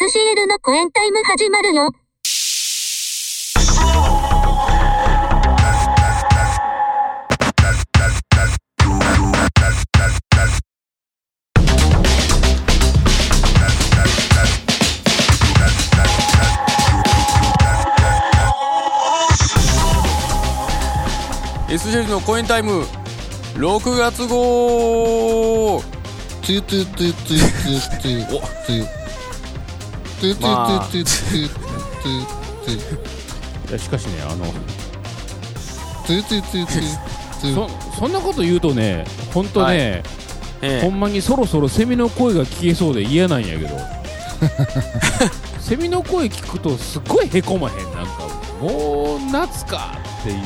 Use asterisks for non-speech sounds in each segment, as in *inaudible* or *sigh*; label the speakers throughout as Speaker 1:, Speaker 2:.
Speaker 1: SCL のコエンタイム始まるよ。
Speaker 2: SJ の公演タイム6月号
Speaker 3: トゥトゥトゥトゥトゥトゥトゥトゥトゥ
Speaker 2: まあ
Speaker 3: トゥトゥトゥ
Speaker 4: いやしかしねあの
Speaker 3: トゥトゥトゥトゥトゥトゥ
Speaker 4: そそんなこと言うとね本当ね、
Speaker 2: え
Speaker 4: ほんまにそろそろセミの声が聞けそうで嫌なんやけど *laughs* セミの声聞くとすっごいへこまへんなんかもう夏かっていう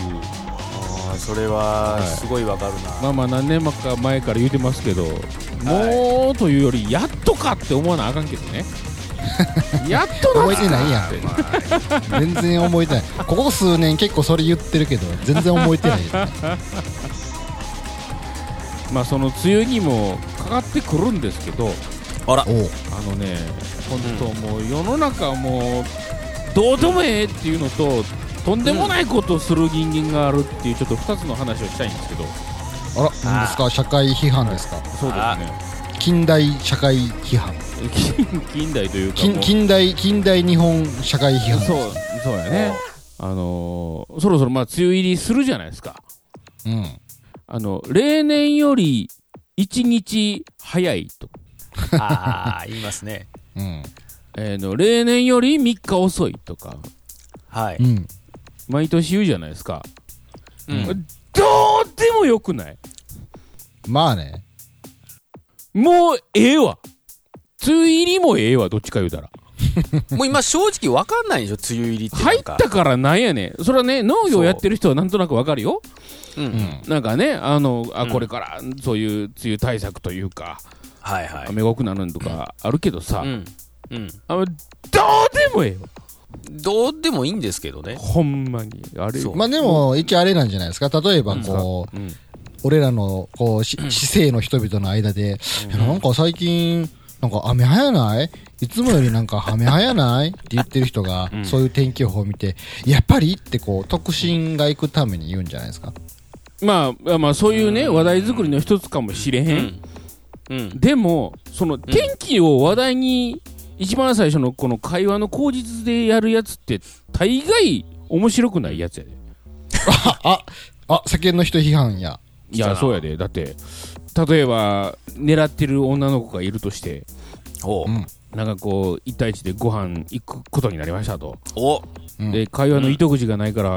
Speaker 2: あーそれは
Speaker 4: はい
Speaker 2: すごいわかるな、
Speaker 4: まあまあ何年もか前から言うてますけど、もうというよりやっとかって思わなあかんけどねやっと
Speaker 3: 覚え
Speaker 4: 夏か
Speaker 3: てないやん
Speaker 4: って
Speaker 3: お前全然覚えてないここ数年結構それ言ってるけど全然覚えてないよね
Speaker 4: まあその梅雨にもかかってくるんですけど、
Speaker 3: おう
Speaker 4: あのね、本当もう世の中もうどうでもええっていうのと、とんでもないことをする人間があるっていうちょっと2つの話をしたいんですけど、
Speaker 3: あら何ですか社会批判ですか
Speaker 4: そう
Speaker 2: あ
Speaker 4: で
Speaker 3: 近代社会批判
Speaker 4: すね。近近代というかもう
Speaker 3: 近近代近代日本社会批判
Speaker 4: そうそうやね。あのーそろそろまあ梅雨入りするじゃないですか。
Speaker 3: うん
Speaker 4: あの例年より1日早いと。
Speaker 2: ああ言いますね
Speaker 3: うん
Speaker 4: えーの例年より3日遅いとか
Speaker 2: はい、
Speaker 3: うん
Speaker 4: 毎年言うじゃないですか、
Speaker 2: うん
Speaker 4: どうでもよくない
Speaker 3: まあね
Speaker 4: もうええわ。梅雨入りもええわ、どっちか言うたら。
Speaker 2: もう今正直わかんないでしょ梅雨入りってな
Speaker 4: 入
Speaker 2: ん
Speaker 4: っ
Speaker 2: か
Speaker 4: たからなんやねん。それはね、農業やってる人はなんとなくわかるよ。
Speaker 2: うん、
Speaker 3: うん
Speaker 4: なんかね、あの、あ、
Speaker 2: うん
Speaker 4: これから、そういう梅雨対策というか、
Speaker 2: はいはい
Speaker 4: 雨ごくなるんとかあるけどさ、
Speaker 2: うんうん
Speaker 4: あどうでもええよ。
Speaker 2: どうでもいいんですけどね
Speaker 4: ほんまに。あれ
Speaker 2: そう
Speaker 3: まあでも一応あれなんじゃないですか例えばこう
Speaker 4: うん。
Speaker 3: 俺らのこうし市政の人々の間で、いやなんか最近なんか雨早ないいつもよりなんか雨早ないって言ってる人が、そういう天気予報を見てやっぱりってこう特進が行くために言うんじゃないですか
Speaker 4: まあ、まあ、そういうね、話題作りの一つかもしれ
Speaker 2: う
Speaker 4: へん。
Speaker 2: んうん
Speaker 4: でも、その天気を話題に、一番最初のこの会話の口実でやるやつって、大概面白くないやつやで。
Speaker 3: あああ世間の人批判や *laughs*
Speaker 4: い
Speaker 2: 来た
Speaker 4: や、
Speaker 2: な
Speaker 4: そうやで。だって、例えば、狙ってる女の子がいるとして、
Speaker 2: おう
Speaker 3: うん
Speaker 4: なんかこう、一対一でご飯行くことになりましたと。
Speaker 2: お
Speaker 3: うん
Speaker 4: で、会話の糸口がないから、
Speaker 2: う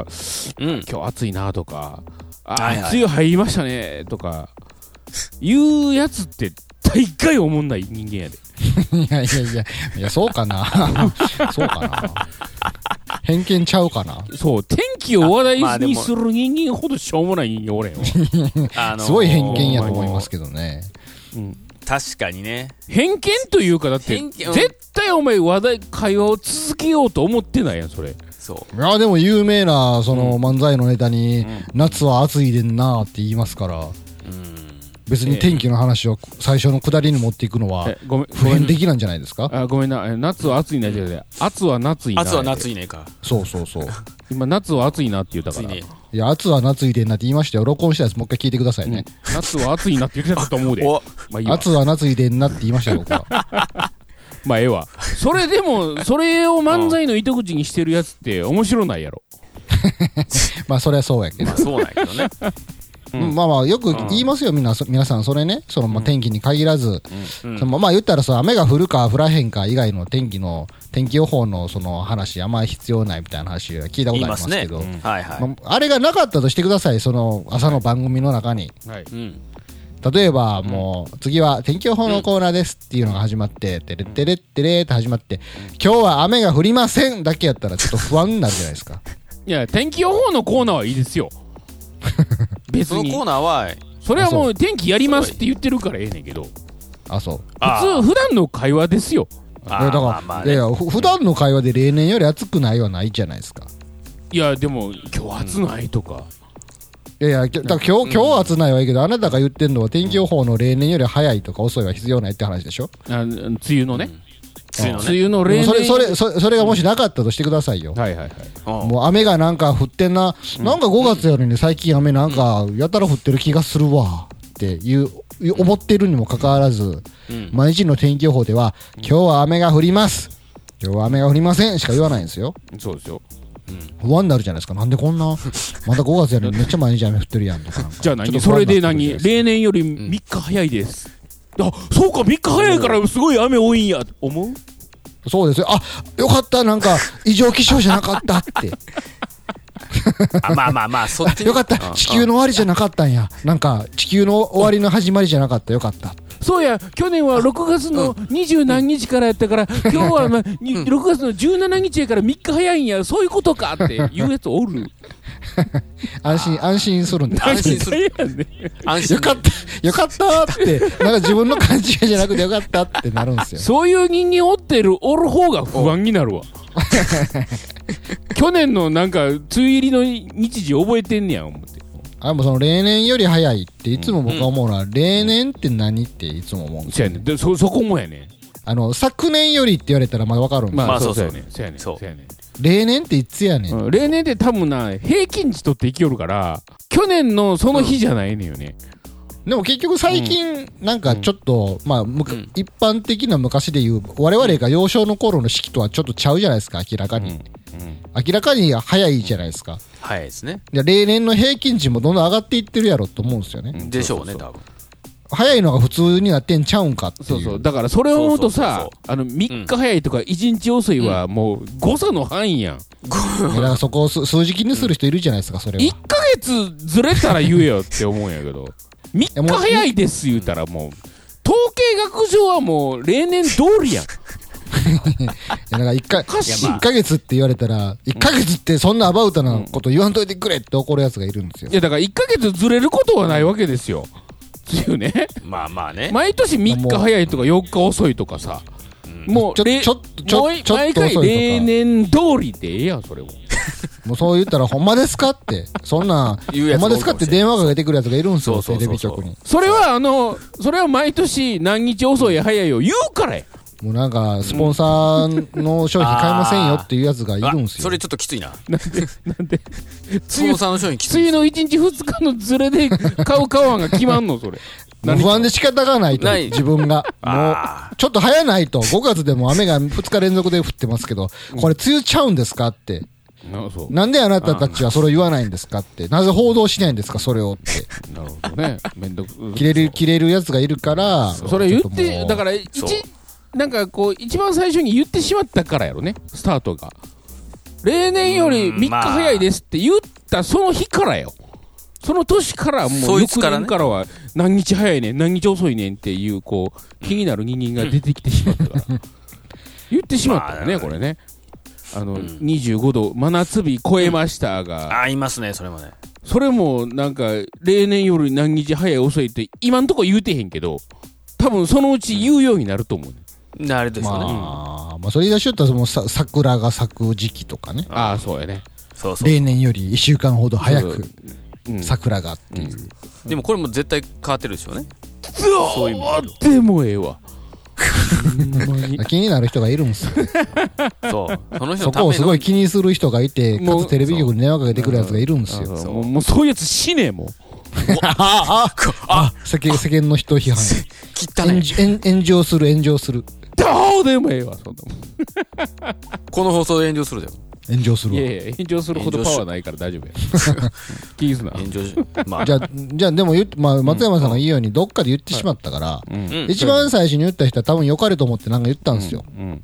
Speaker 2: ん
Speaker 4: 今日暑いなとか、あ、
Speaker 2: はいはい
Speaker 4: 梅雨入りましたねとか、言うやつって、大概思んない人間やで。
Speaker 3: いやいやいやいやそうか *laughs* なそうかな偏見ちゃうかな
Speaker 4: そう、天気を話
Speaker 2: あまあ
Speaker 4: 題
Speaker 2: で
Speaker 4: に
Speaker 2: も
Speaker 4: する人間ほどしょうもない人間お
Speaker 2: *laughs*
Speaker 4: れんわ。
Speaker 2: あのー
Speaker 3: すごい偏見やと思いますけどね
Speaker 2: 確かにね
Speaker 4: 偏見というか、だって、
Speaker 2: 偏見うん
Speaker 4: 絶対お前話題、会話を続けようと思ってないやん、それ。
Speaker 2: そう
Speaker 3: いやでも有名なその漫才のネタに、夏は暑いでんなって言いますか
Speaker 2: う
Speaker 3: ら
Speaker 2: ん
Speaker 3: 別に天気の話を最初の下りに持っていくのは
Speaker 4: えご *laughs* めん、
Speaker 3: 普
Speaker 4: ごめん
Speaker 3: 遍。的なんじゃないですか
Speaker 4: あごめんな、え夏は暑いなじゃなくて、暑は夏いな。
Speaker 2: 夏は夏
Speaker 4: い。
Speaker 2: いねか
Speaker 3: そうそうそう。
Speaker 4: 今、夏は暑いなって言った
Speaker 2: 暑
Speaker 4: か
Speaker 2: いね
Speaker 4: ら。
Speaker 3: いや、暑は夏いでんなって言いましたよ。録音したやつもう一回聞いてくださいね。
Speaker 4: 夏は暑いなって言ってたと思うで。
Speaker 2: お
Speaker 4: まあいいわ。
Speaker 3: 暑は夏いでんなって言いましたよ、僕は。
Speaker 4: まあええわ。それでも、それを漫才の糸口にしてるやつって面白ないやろ。
Speaker 3: まあ、それはそうやけど。
Speaker 2: まあそうなんやけどね
Speaker 3: うんまあまあ、よく言いますよ、みんな、そ皆さん。それね、その、まあ、天気に限らず、
Speaker 2: うん
Speaker 3: そのまあ、言ったらさ、雨が降るか降らへんか以外の天気の、天気予報のその話、あんまり必要ないみたいな話は聞いた
Speaker 2: 言い
Speaker 3: ことあり
Speaker 2: ま
Speaker 3: ます
Speaker 2: す
Speaker 3: け
Speaker 2: ね
Speaker 3: ど、
Speaker 2: はいは
Speaker 3: まああれがなかったとしてください、その、朝の番組の中に。
Speaker 4: はい。
Speaker 2: いうん
Speaker 3: 例えばもう次は天気予報のコーナーですっていうのが始まって、てれってれってれって始まって、今日は雨が降りませんだけやったらちょっと不安になるじゃない
Speaker 2: *laughs*
Speaker 3: ですか。
Speaker 4: いや、天気予報のコーナーはいいですよ。別
Speaker 2: そのコー
Speaker 4: に。
Speaker 2: ナーは
Speaker 4: それはもう天気やりますって言ってるからええねんけど。
Speaker 3: あ、そう。
Speaker 2: あ
Speaker 4: 普通、普段の会話ですよ。
Speaker 3: で
Speaker 2: あー
Speaker 3: だから、
Speaker 2: まあまあね
Speaker 3: いやいやふ普段の会話で例年より暑くないはないじゃないですか。
Speaker 4: いや、でも、今日暑ないとか。
Speaker 3: いやいや、きょだから今日、今日暑ないはいいけど、あなたが言ってんのは天気予報の例年より早いとか遅いは必要ないって話でしょ
Speaker 4: あ梅雨のね。
Speaker 5: 梅雨の
Speaker 4: 梅
Speaker 5: ね。
Speaker 4: 雨の例
Speaker 3: もう
Speaker 4: 年
Speaker 3: それ、それ、それ、それがもしなかったとしてくださいよ。
Speaker 4: はいはいはい
Speaker 5: うん
Speaker 3: もう雨がなんか降ってんな、なんか5月やのに最近雨なんかやたら降ってる気がするわっていう、思ってるにもかかわらず、毎日の天気予報では、今日は雨が降ります、今日は雨が降りませんしか言わないんですよ。
Speaker 4: そうですよ
Speaker 3: 不安になるじゃないですか、なんでこんな、また5月やのにめっちゃ毎日雨降ってるやんとかなんか。
Speaker 4: じゃあ何
Speaker 3: ちょっと
Speaker 4: そ
Speaker 3: 不安
Speaker 4: れで
Speaker 3: になってくるじゃないで
Speaker 4: 何
Speaker 3: すか
Speaker 4: 例年より3日早いです、あそうか3日早いからすごい雨多いんやと思う
Speaker 3: そうですよ。あ、よかった、なんか、異常気象じゃなかったって。
Speaker 5: あまあまあまあ、そっちね
Speaker 3: *laughs* よかっ
Speaker 5: う
Speaker 3: た、
Speaker 5: ん
Speaker 3: 地球の終わりじゃなかったんや。なんか、地球の終わりの始まりじゃなかった、よかった。
Speaker 4: そうや去年は6月の二十何日からやったから、今日は、まあ、に6月の17日やから3日早いんやそういうことかって言うやつおる
Speaker 3: 安心、安心するん
Speaker 4: *laughs*
Speaker 3: で。
Speaker 5: 安心する
Speaker 4: 大変やね
Speaker 5: 安心。
Speaker 3: よかった、よかったって、なんか自分の勘違いじゃなくてよかったってなるんですよ。
Speaker 4: そういう人間おってる、おる方が不安になるわ。 *laughs* 去年のなんか、梅雨入りの日時覚えてんねや、思って。
Speaker 3: あ、もうその例年より早いって、いつも僕は思うのは、例年って何っていつも思うんです
Speaker 4: そ
Speaker 3: よ。
Speaker 4: やねんで、そ、そこもやね
Speaker 3: あの、昨年よりって言われたらまだわかるんですよ。
Speaker 5: まあ
Speaker 4: そ
Speaker 5: そううそうう
Speaker 4: そやねんそうやねん
Speaker 5: そう
Speaker 4: そうやねん
Speaker 3: 例年っていつやねん。
Speaker 4: うん例年で多分な、平均値取って生きよるから、去年のその日じゃないのよね。
Speaker 3: でも結局最近、なんかちょっと、まあ、むか一般的な昔でいう、我々が幼少の頃の式とはちょっとちゃうじゃないですか、明らかに。明らかに早いじゃないですか。
Speaker 5: 早いですね。
Speaker 3: で例年の平均値もどんどん上がっていってるやろと思うんですよね。
Speaker 5: でしょうね、多分。
Speaker 3: 早いのが普通になってんちゃうんかっていう。
Speaker 4: そうそう。だからそれを思うと
Speaker 5: そ
Speaker 4: さ
Speaker 5: うそう、
Speaker 4: あの、3日早いとか1日遅いはもう誤差の範囲やん。
Speaker 3: いやだからそこを数数字気にする人いるじゃないですか、それは。
Speaker 4: 1ヶ月ずれたら言えよって思うん *laughs* やけど、3日早いです言うたらもう、統計学上はもう例年通りや *laughs* ん。
Speaker 3: いやだから一回、
Speaker 4: かしい
Speaker 3: 一ヶ月って言われたら、一ヶ月ってそんなアバウトなこと言わんといてくれって怒るやつがいるんですよ
Speaker 4: い。やだから1ヶ月ずれることはないわけですよ。っていうね。
Speaker 5: まあまあね。
Speaker 4: 毎年3日早いとか4日遅いとかさ。もう
Speaker 3: ちょ
Speaker 4: れ
Speaker 3: ちょっとちょ
Speaker 4: もう
Speaker 3: ちょっと遅い
Speaker 4: 毎
Speaker 3: とか
Speaker 4: 回例年通りでええやん、それも。
Speaker 3: もうそう言ったら、ほんまですかって、そんなん、
Speaker 5: 言う
Speaker 3: ほ
Speaker 5: や
Speaker 3: ん
Speaker 5: つ
Speaker 3: まですかって電話かけてくるやつがいるんですよ、
Speaker 5: そう
Speaker 3: テ
Speaker 5: そう
Speaker 3: レ
Speaker 5: そう
Speaker 3: ビ
Speaker 5: そう
Speaker 3: 局に。
Speaker 4: それはあの、それは毎年何日遅い早いを言うからや。
Speaker 3: もうなんか、スポンサーの商品買えませんよっていうやつがいるんです
Speaker 5: あそ
Speaker 3: よ
Speaker 5: れ。ちょっときついな。スポ
Speaker 4: 梅雨
Speaker 5: ンサーの商品きつ
Speaker 4: 梅
Speaker 5: い。
Speaker 4: 雨の1日2日のずれで買う買わんが決まんの、それ。
Speaker 3: もう不安で仕方がないと、
Speaker 5: ない
Speaker 3: 自分
Speaker 5: *laughs*
Speaker 3: が。もう、ちょっと早ないと、5月でも雨が2日連続で降ってますけど、これ梅雨ちゃうんですかって。
Speaker 4: なそ
Speaker 3: *laughs*
Speaker 4: う。
Speaker 3: なんであなたたちはそれを言わないんですかって。なぜ報道しないんですか、それを
Speaker 4: *laughs*
Speaker 3: って。
Speaker 4: なるほどね。めんどく。 *laughs*
Speaker 3: 切れる、切れるやつがいるから。。
Speaker 4: それ言って、だからら、一
Speaker 5: そう、
Speaker 4: なんかこう、一番最初に言ってしまったからやろね、スタートが。例年より
Speaker 5: うん
Speaker 4: 3日
Speaker 5: まあ
Speaker 4: 早いですって言ったその日からよ。その年からも、
Speaker 5: そうい
Speaker 4: 翌
Speaker 5: つからね
Speaker 4: 年からは、何日早いねん、何日遅いねんっていう、こう、気になる人間が出てきてしまっ
Speaker 5: *laughs*
Speaker 4: たから。言ってしまったよね、
Speaker 5: まあ
Speaker 4: これね。あの、25度、真夏日超えましたが。
Speaker 5: あ、いますね、それもね。
Speaker 4: それもなんか例年より何日早い遅いって今んとこ言うてへんけど多分そのうち言うようになると思う、ね
Speaker 5: なるでしょうね。
Speaker 3: まあ、まあ、それ言い出しよったら、もうさ桜が咲く時期とかね。
Speaker 4: ああそうやね
Speaker 5: そうそう。
Speaker 3: 例年より1週間ほど早く
Speaker 4: うん
Speaker 3: 桜がっていう。
Speaker 5: でもこれも絶対変わってるでしょうね。
Speaker 4: ど
Speaker 5: そういう意味
Speaker 4: うでもええわ
Speaker 3: *laughs* 気になる人がいるん
Speaker 4: *laughs*
Speaker 3: ですよ。 *laughs*
Speaker 5: そう。その人
Speaker 3: そ
Speaker 5: のため
Speaker 3: こ
Speaker 5: の
Speaker 3: をすごい気にする人がいて、か
Speaker 4: もう
Speaker 3: つテレビ局に電話かけてくるやつがいるんですよ。
Speaker 4: もうもうそういうやつ死ねえもん
Speaker 5: *laughs*
Speaker 3: ああ、あ世間世間の人批判。
Speaker 5: 汚
Speaker 3: 炎
Speaker 5: い。
Speaker 3: 上炎炎上する、炎上する。
Speaker 4: どうでもええわそんなも
Speaker 5: この放送で炎上するだよ。
Speaker 3: 炎上す
Speaker 4: んい
Speaker 3: るわ。
Speaker 4: やいや炎上するほどパワーないから大丈 *laughs* 夫や気にすな
Speaker 5: 炎上し、まあ
Speaker 3: じ。ゃあ、じゃあでも言って、まあ、松山さんがいいように、どっかで言ってしまったから、
Speaker 5: うん
Speaker 3: 一番最初に言った人は多分良かれと思ってなんか言ったんですよ。
Speaker 4: うん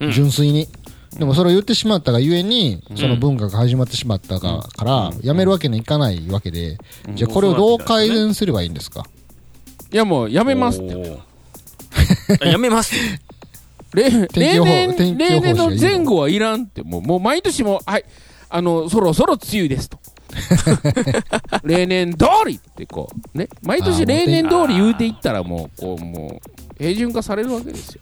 Speaker 5: うん
Speaker 3: 純粋に。でもそれを言ってしまったがゆえに、その文化が始まってしまったがから、やめるわけにはいかないわけで、じゃあこれをどう改善すればいいんですか
Speaker 4: いやもうやめますって
Speaker 5: おーやめます
Speaker 3: *laughs*
Speaker 5: って
Speaker 4: 例
Speaker 3: 天気
Speaker 4: 例
Speaker 3: 予報
Speaker 4: 年
Speaker 3: 天気予
Speaker 4: 例
Speaker 3: 報
Speaker 4: 年の
Speaker 3: 士がいいの
Speaker 4: 前後はいらんってもうもう毎年もうはいあのそろそろ梅雨で
Speaker 3: *laughs*
Speaker 4: すと例年通りってこうね毎
Speaker 3: あーも
Speaker 4: 年
Speaker 3: う
Speaker 4: 例年通り言うていったらもうこうもう平準化されるわけですよ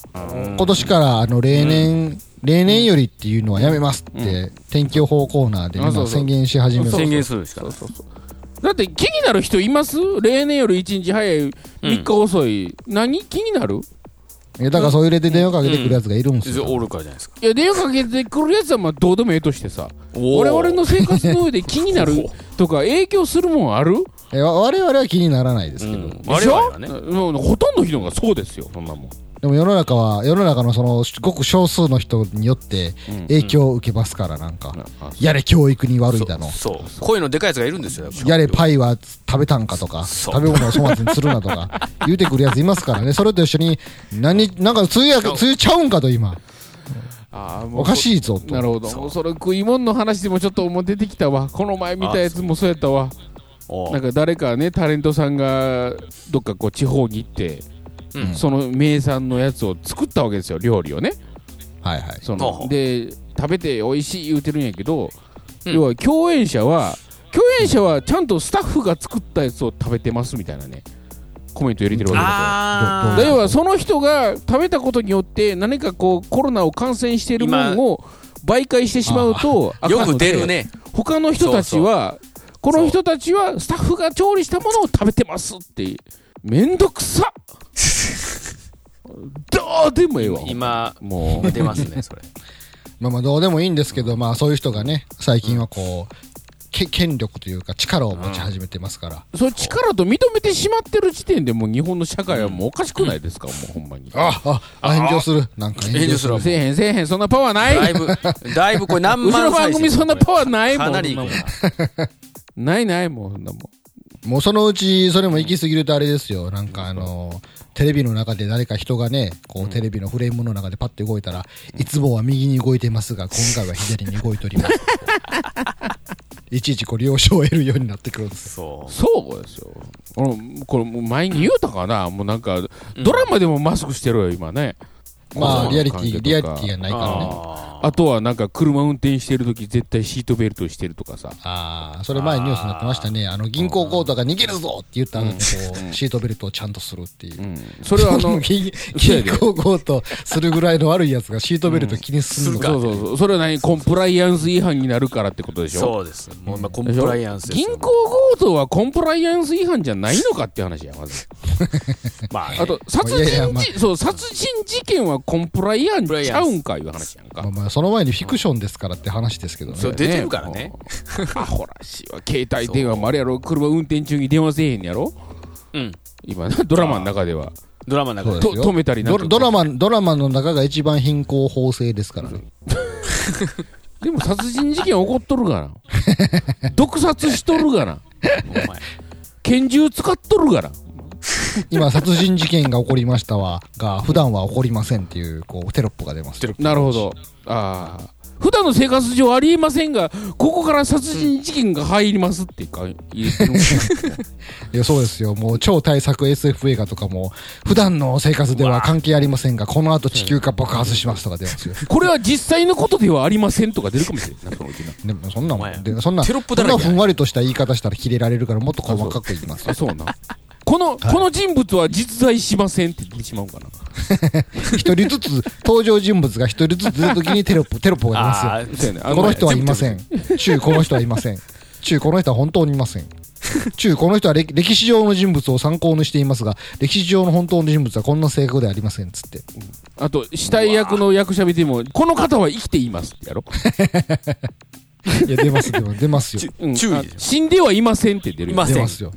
Speaker 3: 今年から、あの、例年、例年よりっていうのはやめますって、天気予報コーナーで
Speaker 4: あそう
Speaker 3: 今
Speaker 4: そう
Speaker 3: 宣言し始め
Speaker 4: そう
Speaker 3: る。
Speaker 5: 宣言するしか
Speaker 4: そ
Speaker 5: な
Speaker 4: う
Speaker 5: い。
Speaker 4: そうそうだって気になる人います例年より1日早い3日遅い、何気になる
Speaker 3: いやだからそういうれで電話かけてくるやつがいるんです
Speaker 5: 全然
Speaker 3: よ。
Speaker 5: オールカーじゃないですか。
Speaker 4: いや、電話かけてくるやつはまあどうでもええとしてさ、
Speaker 5: お
Speaker 4: 我々の
Speaker 5: で
Speaker 4: 生活の上で気
Speaker 3: *laughs*
Speaker 4: になるとか影響するもんある
Speaker 3: えわ我々は気にならないですけど、
Speaker 5: 我
Speaker 4: でしょ
Speaker 5: 々はね。
Speaker 4: うんほとんどの人がそうですよ、そんなもん。
Speaker 3: でも世の中は世の中のそのごく少数の人によって影響を受けますからなんか、
Speaker 4: あ
Speaker 3: やれ教育に悪いだの
Speaker 5: そそう。声のでかいやつがいるんですよ。だから
Speaker 3: やれパイは食べたんかとか
Speaker 5: そう
Speaker 3: 食べ物を粗末にするなとか言うてくるやついますからねそれと一緒に何なんか通訳通ちゃうんかと今
Speaker 4: あーもう
Speaker 3: おかしいぞと
Speaker 4: なるほど。
Speaker 5: そう
Speaker 4: もうそれ食い物の話でもちょっともう出てきたわ。この前見たやつもそうやったわ。
Speaker 5: お
Speaker 4: なんか誰かね、タレントさんがどっかこう地方に行って、
Speaker 5: うん
Speaker 4: その名産のやつを作ったわけですよ、料理をね。
Speaker 3: はいはい
Speaker 4: そ
Speaker 5: ほ
Speaker 4: の
Speaker 5: う
Speaker 4: で、食べて美味しい言うてるんやけど、
Speaker 5: うん
Speaker 4: 要は共演者は、共演者はちゃんとスタッフが作ったやつを食べてますみたいなね、コメント入れてるわけですよ。
Speaker 5: あ
Speaker 3: ど
Speaker 5: ー
Speaker 3: ど
Speaker 4: 要はその人が食べたことによって何かこうコロナを感染している分を媒介してしまうとあか
Speaker 5: よ
Speaker 4: んの
Speaker 5: く
Speaker 4: で
Speaker 5: 出るね。
Speaker 4: 他の人たちはこの人たちはスタッフが調理したものを食べてますってめんどくさ
Speaker 5: *laughs*
Speaker 4: どうでもええわ
Speaker 5: 今、
Speaker 4: もう
Speaker 5: 出ますね、 *laughs* それ。
Speaker 3: まあまあどうでもいいんですけどまあそういう人がね最近はこう、け権力というか力を持ち始めてますから、
Speaker 4: それ力と認めてしまってる時点でもう日本の社会はもうおかしくな
Speaker 5: *laughs*
Speaker 4: いですかもうほんまに
Speaker 3: あああ炎上するなんか炎
Speaker 5: 炎
Speaker 3: 上
Speaker 5: 上
Speaker 3: す
Speaker 5: す
Speaker 3: る
Speaker 5: るわ。
Speaker 4: せえへんせえへんそんなパワーな
Speaker 5: だい
Speaker 4: い
Speaker 5: ぶ、だいぶこれ何
Speaker 4: 後
Speaker 5: 万
Speaker 4: ろ番
Speaker 5: 再生
Speaker 4: 組そんなパワーないもん
Speaker 5: かなりいく
Speaker 4: そん
Speaker 5: な
Speaker 4: なもんないないもうそんなもん
Speaker 3: もうそのうちそれも行き過ぎるとあれですよなんかあのテレビの中で誰か人がねこうテレビのフレームの中でパッて動いたら、いつもは右に動いてますが今回は左に動いており *laughs* ますいちいちこう了承を得るようになってくるんですよ
Speaker 5: そ
Speaker 4: そうですよ。俺これもう前に言うたかな、もうなんか、ドラマでもマスクしてるよ、今ね。
Speaker 3: まあ
Speaker 4: コ
Speaker 3: リ
Speaker 4: ロナ
Speaker 3: ア
Speaker 4: の
Speaker 3: リテ
Speaker 4: 関係と
Speaker 3: ィ
Speaker 4: か
Speaker 3: リアリティがないからね
Speaker 5: あ
Speaker 4: あとはなんか、車運転してるとき、絶対シートベルトしてるとかさ。
Speaker 3: ああそれ前ニュースになってましたねあの銀行強盗が逃げるぞって言ったのにこうシートベルトをちゃんとするっていう、
Speaker 4: うん、それはあ
Speaker 3: *laughs*
Speaker 4: の、
Speaker 3: 銀銀行強盗するぐらいの悪いやつがシートベルト気にするのか、
Speaker 4: そうそうそう、それは何、コンプライアンス違反になるからってことでし
Speaker 5: ー
Speaker 4: ょ。
Speaker 5: そうです。もう今コン
Speaker 4: で
Speaker 5: プ
Speaker 4: しょ
Speaker 5: ライアンスです
Speaker 4: 銀
Speaker 5: よ
Speaker 4: 行強盗はコンプライアンス違反じゃないのかって話や、まず。
Speaker 5: まあね、
Speaker 4: あと、殺人
Speaker 3: いやいやまあ
Speaker 4: じそう、殺人事件はコンプライアン
Speaker 5: プライ
Speaker 4: ち
Speaker 5: ア
Speaker 4: ゃ
Speaker 5: ンス
Speaker 4: うんかいう話やんか
Speaker 3: まあ。まあその前にフィクションですからって話ですけどね
Speaker 5: そう出てるからね
Speaker 4: もう。アホらしいわ。携帯電話もあれやろ。車運転中に電話せえへんやろ。
Speaker 5: うん。
Speaker 4: 今な、ドラマの中では。
Speaker 5: ドラマの中
Speaker 3: そ
Speaker 5: で。
Speaker 3: うで
Speaker 4: と
Speaker 3: すよ
Speaker 4: 止めたりなん
Speaker 3: ド
Speaker 4: と
Speaker 3: ラ
Speaker 4: か
Speaker 3: ドラマドラマの中が一番貧困法制ですからね
Speaker 4: でも殺人事件起こっとる *laughs* がな。毒殺しとるがな。
Speaker 5: お前。
Speaker 4: 拳銃使っとるがな。
Speaker 3: 今殺人事件が起こりましたわが普段は起こりませんっていうこうテロップが出ます
Speaker 5: テロッ
Speaker 4: なるほど。ああ。普段の生活上ありえませんが、ここから殺人事件が入りますっていうか、言ってる *laughs* もん
Speaker 3: いやそうですよもう超大作 SF 映画とかも普段の生活では関係ありませんがこの後地球が爆発しますとか出ますよ
Speaker 4: これは実際のことではありませんとか出るかもしれないな。そのうち
Speaker 3: で
Speaker 4: な
Speaker 3: もそんなも
Speaker 5: お前
Speaker 3: んでそんな
Speaker 5: テロップだらけ
Speaker 3: そんなふんわりとした言い方したらキレられるからもっと細かく言います
Speaker 4: あ、そうな。この、この人物は実在しませんって言ってしまうかな。
Speaker 3: 一人ずつ登場人物が一人ずつ出るときにテロップテロップが出ますよ
Speaker 5: あー
Speaker 4: そうやねあ
Speaker 3: この人はいません。中、この人はいません。中、この人は本当にいません。中、この人は歴歴史上の人物を参考にしていますが、歴史上の本当の人物はこんな性格ではありません。つって。
Speaker 4: あと、死体役の役者見ても、この方は生きていますってやろ。
Speaker 3: いや、出ます、出ます出ますよ。
Speaker 4: うん
Speaker 5: 注意
Speaker 4: あ死んではいませんって出るよ。
Speaker 5: いません
Speaker 3: 出ますよ。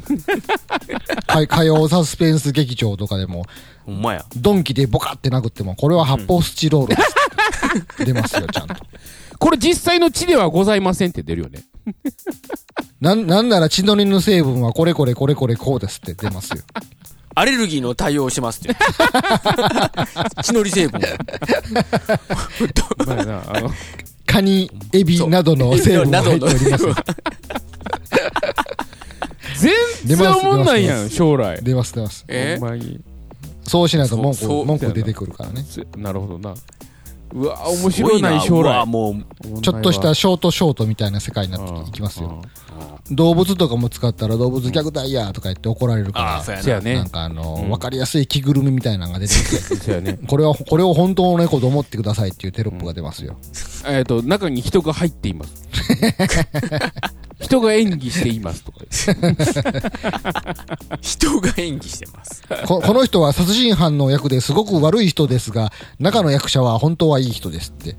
Speaker 3: か火曜サスペンス劇場とかでも、
Speaker 5: ほんまや。
Speaker 3: ドンキでボカって殴っても、これは発泡スチロールですって。出ますよ、ちゃんと。
Speaker 4: これ実際の地ではございませんって出るよね。
Speaker 3: なん、なんなら血のりの成分はこれこれこれこれこうですって出ますよ。
Speaker 5: アレルギーの対応をしますって。 *laughs* 血のり成分。
Speaker 4: まあなあの
Speaker 3: カニ、エビなどの成分が入っております。
Speaker 4: *laughs* 全然おもんないやん、将来。
Speaker 3: 出ます、出ます。
Speaker 5: え
Speaker 4: ほんまに。
Speaker 3: そうしないと文句
Speaker 5: そうそう
Speaker 3: 文句出てくるからね。
Speaker 4: せなるほどな。うわ、面白いな、将
Speaker 5: うわ
Speaker 4: 来。
Speaker 5: もう、
Speaker 3: ちょっとしたショートショートみたいな世界になっていきますよ。動物とかも使ったら動物虐待やとか言って怒られる
Speaker 5: ああ、
Speaker 3: か
Speaker 5: そうや
Speaker 4: せや
Speaker 5: な。
Speaker 3: ら、な
Speaker 4: ね
Speaker 3: ん。かあの、わかりやすい着ぐるみみたいなのが出てきて、 *laughs*
Speaker 4: せやね。
Speaker 3: これは、これを本当の猫と思ってくださいっていうテロップが出ますよ。
Speaker 4: えっと、中に人が入っています。 *laughs* 人が演技していますとか
Speaker 5: 人が演技してます。
Speaker 3: ここの人は殺人犯の役ですごく悪い人ですが中の役者は本当はいい人ですって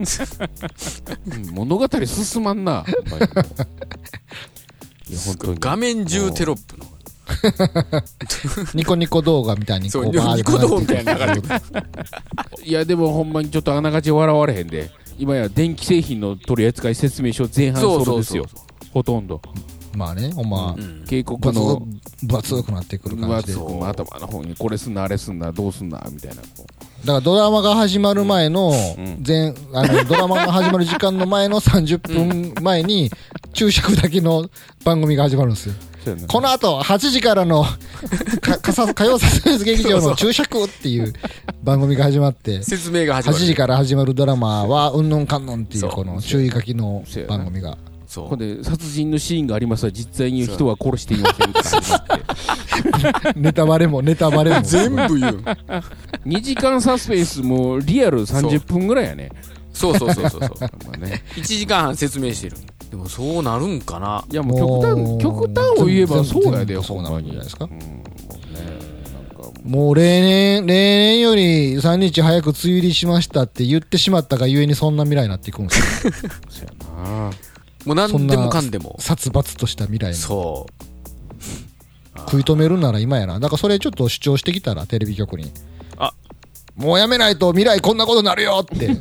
Speaker 4: うん物語進まんな。お前もいや、本当に。
Speaker 5: 画面中テロップの。
Speaker 3: ニコニコ動画みたいに
Speaker 5: そ
Speaker 3: こ
Speaker 5: う
Speaker 3: うバーッ
Speaker 5: ニコ動みたいな流れ
Speaker 4: いや、でもほんまにちょっとあながち笑われへんで、今や電気製品の取扱説明書前半
Speaker 5: そう
Speaker 4: そ
Speaker 5: そうう
Speaker 4: です
Speaker 5: そう
Speaker 4: よ。。ほとんど。
Speaker 3: まあねほんま
Speaker 5: うん
Speaker 4: 警告
Speaker 3: バツ
Speaker 4: の、
Speaker 3: バツくなってくる
Speaker 4: 分
Speaker 3: 感じで
Speaker 4: 厚く頭の方にこれすんな、あれすんな、どうすんな、みたいな。こ
Speaker 3: だ
Speaker 4: う
Speaker 3: からドラマが始まる前の前、あ *laughs* のドラマが始まる時間の前の30分前に注釈だけの番組が始まるんですよ。
Speaker 4: そうやな
Speaker 3: この後8時から *laughs* のかかさ火曜サスペンス劇場の注釈っていう番組が始ま *laughs* って
Speaker 5: 説明が始
Speaker 3: 8
Speaker 5: まる。
Speaker 3: 時から始まるドラマはうんぬんかんぬんってい
Speaker 5: そうう
Speaker 3: この注意書きの番組が
Speaker 5: そ
Speaker 4: ここ
Speaker 5: う。
Speaker 4: で殺人のシーンがありますが実際に人は殺していませんって *laughs* 感じになって
Speaker 3: ネタバレもネタバレ *laughs* も
Speaker 5: 全部言う。
Speaker 4: 2時間サスペンスもリアル30分ぐらいやね
Speaker 5: そうそうそうそうそう。
Speaker 4: まあね
Speaker 5: 1時間半説明してる。でもそうなるんかない
Speaker 4: やもう極端極端を言えばそうやで
Speaker 3: 全部そう
Speaker 4: ほん
Speaker 3: な
Speaker 4: ま
Speaker 3: んじ
Speaker 4: に
Speaker 3: ゃないですか
Speaker 4: なんか
Speaker 3: もう例年、例年より3日早く梅雨入りしましたって言ってしまったがゆえにそんな未来になっていくんですよ。
Speaker 4: そうやな
Speaker 5: もう何でもかんでも。
Speaker 3: 殺伐とした未来に
Speaker 5: そ
Speaker 3: 食い止めるなら今やな。だからそれちょっと主張してきたら、テレビ局に。
Speaker 5: あ
Speaker 3: もうやめないと未来こんなことになるよって。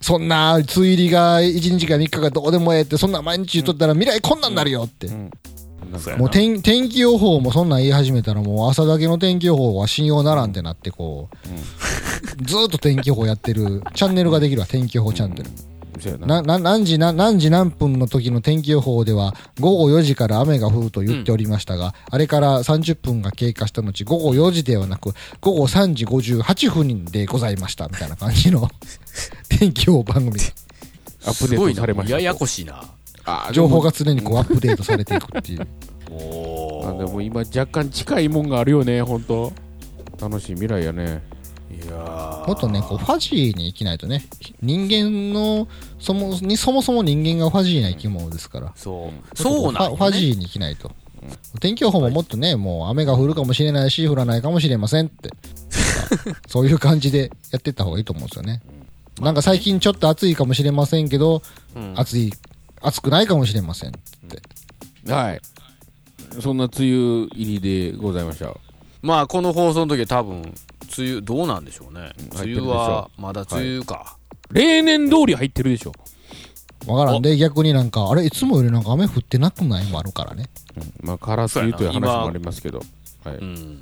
Speaker 3: そんな梅雨入りが1日か3日かどうでもええって、そんな毎日言っとったら未来こんなんなるよって。
Speaker 5: う。そうやな
Speaker 3: もう天天気予報もそんなん言い始めたらもう朝だけの天気予報は信用ならんってなってこう、ずーっと天気予報やってるチャンネルができるわ天気予報チャンネル、
Speaker 4: そうやな
Speaker 3: なな何時な何時何分の時の天気予報では午後4時から雨が降ると言っておりましたが、あれから30分が経過した後午後4時ではなく午後3時58分でございましたみたいな感じの *laughs* 天気予報番組
Speaker 4: アップ
Speaker 5: す
Speaker 4: デ
Speaker 5: ご
Speaker 4: ー
Speaker 5: い
Speaker 4: トされま
Speaker 5: な。
Speaker 4: した
Speaker 5: ややこしいな。
Speaker 4: あー
Speaker 3: 情報が常にこうアップデートされていくっていう
Speaker 5: お
Speaker 4: でもあで
Speaker 5: ー。
Speaker 4: も今若干近いもんがあるよね本当楽しい未来やね
Speaker 5: いやー
Speaker 3: もっとねこうファジーに生きないとね人間のそもにそもそも人間がファジーな生き物ですから
Speaker 5: そう。そうな
Speaker 3: フ
Speaker 5: ん
Speaker 3: ァフ
Speaker 5: よ
Speaker 3: ァジ
Speaker 5: ね。
Speaker 3: ーに生きないと天気予報ももっとねもう雨が降るかもしれないし降らないかもしれませんって
Speaker 5: *laughs*
Speaker 3: そういう感じでやってった方がいいと思うんですよねなんか最近ちょっと暑いかもしれませんけど、
Speaker 5: うん
Speaker 3: 暑い暑くないかもしれません
Speaker 4: はいそんな梅雨入りでございました
Speaker 5: まあこの放送の時は多分梅雨どうなんでしょうね
Speaker 4: 入ってる
Speaker 5: 梅
Speaker 4: でしょう
Speaker 5: 雨はまだ梅雨か、
Speaker 4: 例年通り入ってるでしょ
Speaker 3: わからんで逆になんかあれいつもよりなんか雨降ってなくないもあるからね
Speaker 4: まあ空梅雨という話もありますけどはい
Speaker 5: うん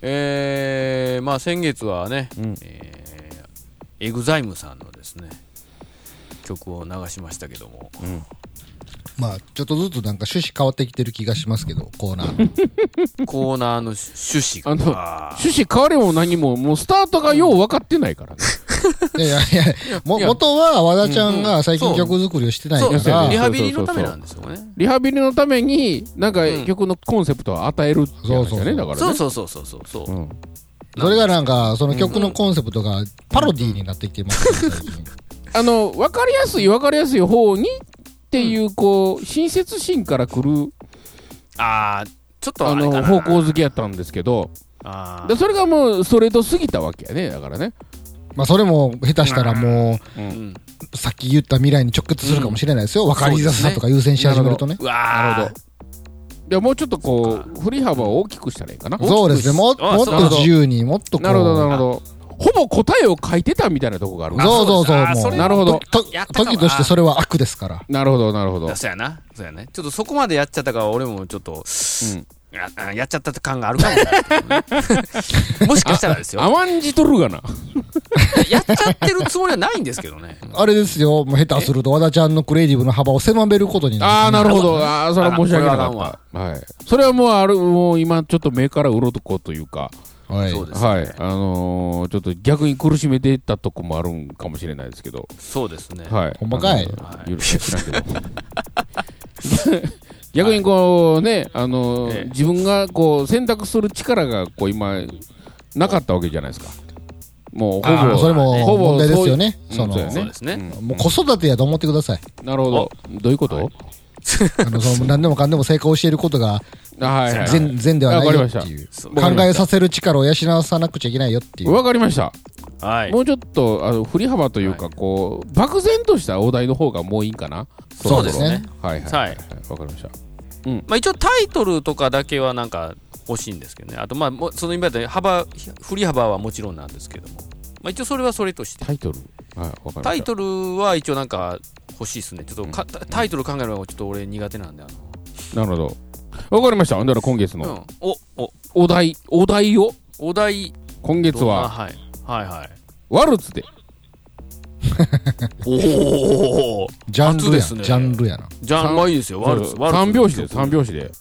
Speaker 5: えー、まあ先月はね、
Speaker 4: うん
Speaker 5: えー、エグザイムさんのですね曲を流しましたけども
Speaker 3: まあちょっとずつなんか趣旨変わってきてる気がしますけどコーナー
Speaker 5: コーナーの趣旨
Speaker 4: あの
Speaker 5: が
Speaker 4: 趣旨変われも何も、もうスタートがよう分かってないからね。
Speaker 3: いやいやいやも
Speaker 5: いや
Speaker 3: 元は和田ちゃんが最
Speaker 5: うん
Speaker 3: 近
Speaker 5: うんそう
Speaker 3: 曲作りをしてない
Speaker 5: そうで
Speaker 3: か
Speaker 4: や
Speaker 5: す
Speaker 4: そ
Speaker 5: よ
Speaker 3: ら
Speaker 5: ねリ
Speaker 4: や
Speaker 5: ハビリのためなんですよね
Speaker 4: リハビリのために、なんか
Speaker 5: うん
Speaker 4: 曲のコンセプトを与えるって話だよね、だからね。
Speaker 5: そうそうそうそうそうそう
Speaker 4: うん
Speaker 3: それがなんか、その曲のコンセプトがパロディーになってきてます、ね、最近。
Speaker 4: あの、分かりやすい分かりやすい方にっていう、こう、親切心から来る、
Speaker 5: ああちょっと
Speaker 4: あ
Speaker 5: あれか
Speaker 4: の、
Speaker 5: な
Speaker 4: 方向づけやったんですけど、
Speaker 5: あ
Speaker 4: でそれがもうストレート過ぎたわけやね、だからね。
Speaker 3: まあ、それも下手したらも
Speaker 5: ー、うん、
Speaker 3: う、さっき言った未来に直結するかもしれないですよ。わかりやすさとか優先し始めるとね。
Speaker 5: うわー
Speaker 4: なるほでもうちょっと
Speaker 5: そ
Speaker 4: こ
Speaker 5: っ
Speaker 4: う、振り幅を大きくしたらいいかな。
Speaker 5: ど
Speaker 3: そうですね。も
Speaker 5: 大
Speaker 3: っ
Speaker 5: きくあ
Speaker 3: もっ
Speaker 5: そうな
Speaker 3: と
Speaker 5: るほど
Speaker 3: 自由に、もっとこう。
Speaker 4: なるほど、なるほど。ほぼ答えを書いてたみたいなとこがあるな。
Speaker 3: そうそうそう
Speaker 5: あそうですあ
Speaker 3: も。
Speaker 5: そうれ
Speaker 4: なるほど
Speaker 3: と
Speaker 5: やったかもな
Speaker 3: 時としてそれは悪ですから。
Speaker 4: なるほど、なるほど。
Speaker 5: そうやな。そうやね。ちょっとそこまでやっちゃったから、俺もちょっと、
Speaker 4: うん
Speaker 5: やあやっちゃったって感があるかもしれないけどね。もしかしたらですよ。
Speaker 4: 甘んじとるがな。
Speaker 5: やっちゃってるつもりはないんですけどね。
Speaker 3: あれですよ。もう下手すると和田ちゃんのクリエイティブの幅を狭めることになる。
Speaker 4: ああ、なるほど。ああ、それは申し訳なか
Speaker 5: あこれはあ
Speaker 4: った。はい。それはもう、ある、もう今、ちょっと目からうろこというか、
Speaker 3: はい。
Speaker 5: そうです、ね。
Speaker 4: はい。あのー、ちょっと逆に苦しめてたとこもあるんかもしれないですけど、
Speaker 5: そうですね。
Speaker 4: はい。
Speaker 3: ほんまかい
Speaker 4: あのー許しないけど。
Speaker 3: *laughs*
Speaker 4: 逆にこうね、あのー
Speaker 5: ええ
Speaker 4: 自分がこう選択する力がこう今、なかったわけじゃないですか。もうほ
Speaker 3: あー
Speaker 4: ぼ
Speaker 3: それも
Speaker 4: ほぼ
Speaker 3: 問題ですよね
Speaker 4: そ
Speaker 3: そ
Speaker 4: う
Speaker 3: の
Speaker 4: うん
Speaker 5: そうですね
Speaker 4: うん
Speaker 3: もう子育てやと思ってく
Speaker 4: *laughs*
Speaker 3: ださい。
Speaker 4: なるほどどういうこと
Speaker 3: あの、その、何でもかんでも正解を教えることが、
Speaker 4: あはいはい
Speaker 3: 善、善ではないよっていう。
Speaker 5: そう
Speaker 4: わかりました
Speaker 3: 考えさせる力を養さなくちゃいけないよっていう。
Speaker 4: わかりました
Speaker 5: はい
Speaker 4: もうちょっとあの振り幅というかこう漠然としたお題の方がもういいんかな
Speaker 3: そうですね。
Speaker 4: はいはい
Speaker 5: は
Speaker 4: はいいわかりました
Speaker 5: まあ、一応タイトルとかだけはなんか欲しいんですけどねあとまあもうその今で幅振り幅はもちろんなんですけども、まあ、一応それはそれとして
Speaker 4: タイトルはいわかりました
Speaker 5: タイトルは一応なんか欲しいですねちょっとか、タイトル考えるのがちょっと俺苦手なんであ
Speaker 4: なるほどわかりましただから今月
Speaker 5: の、う
Speaker 4: の
Speaker 5: ん、おお
Speaker 4: お題お題を
Speaker 5: お題
Speaker 4: 今月
Speaker 5: は
Speaker 4: は
Speaker 5: はいはいはい
Speaker 4: ワルツで
Speaker 5: おお
Speaker 3: ジャン
Speaker 5: 初
Speaker 3: ル
Speaker 5: で
Speaker 3: や、
Speaker 5: すね
Speaker 3: ジャンルやな。
Speaker 5: じゃあ
Speaker 4: 三
Speaker 5: まあいいですよワルツワルツ
Speaker 4: 三拍子で三拍子で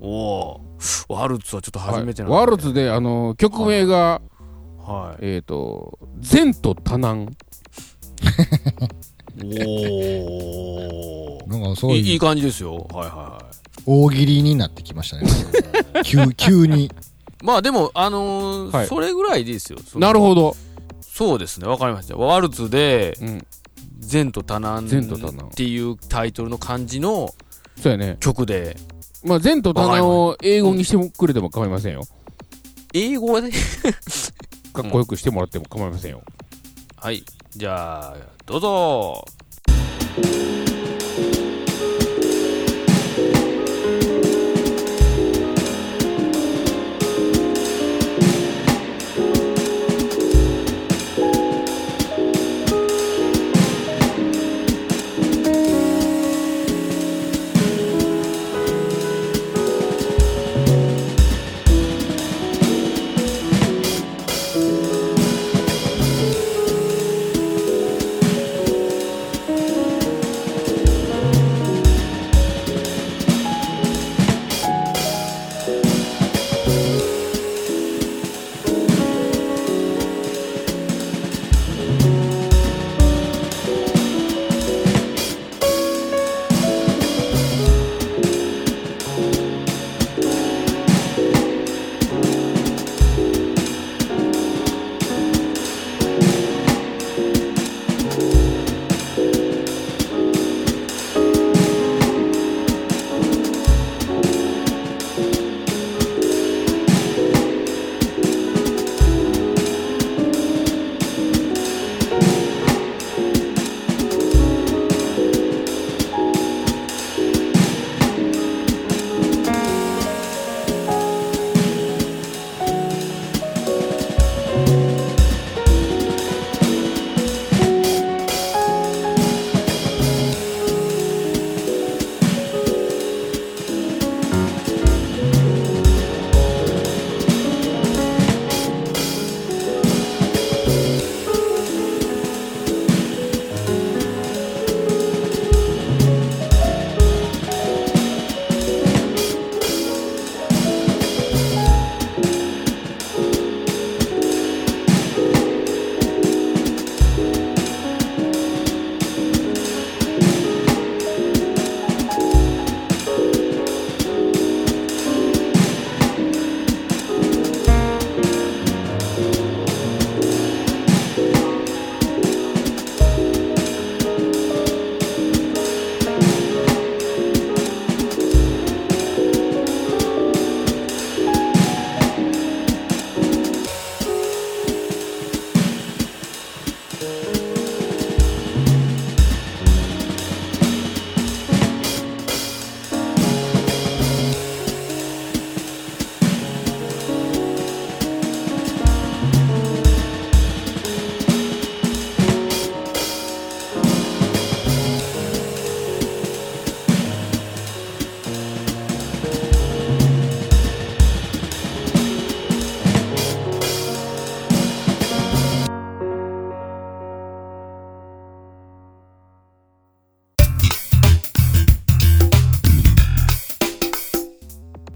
Speaker 5: おおーワルツはちょっと初めてなんで
Speaker 4: はいワルツであの曲名が
Speaker 5: は
Speaker 4: えっと善と多難
Speaker 5: いおお
Speaker 3: なんかそう
Speaker 5: いい
Speaker 3: い
Speaker 5: いう感じですよはいはいはい
Speaker 3: 大喜利になってきましたね。
Speaker 4: *laughs*
Speaker 3: 急、急に。
Speaker 5: まあでも、あのー
Speaker 4: はい
Speaker 5: それぐらいでいいですよ。その
Speaker 4: なるほど
Speaker 5: そうですね、わかりました。ワルツで、
Speaker 4: うん
Speaker 5: 善と多難っ
Speaker 4: 善と多難
Speaker 5: ていうタイトルの漢字の
Speaker 4: そうやね
Speaker 5: 曲で、
Speaker 4: まあ善と多難を英語にしてくれても構いませんよ
Speaker 5: 英語で、
Speaker 4: かっこよくしてもらっても構いませんよ
Speaker 5: はい、じゃあ、どうぞ。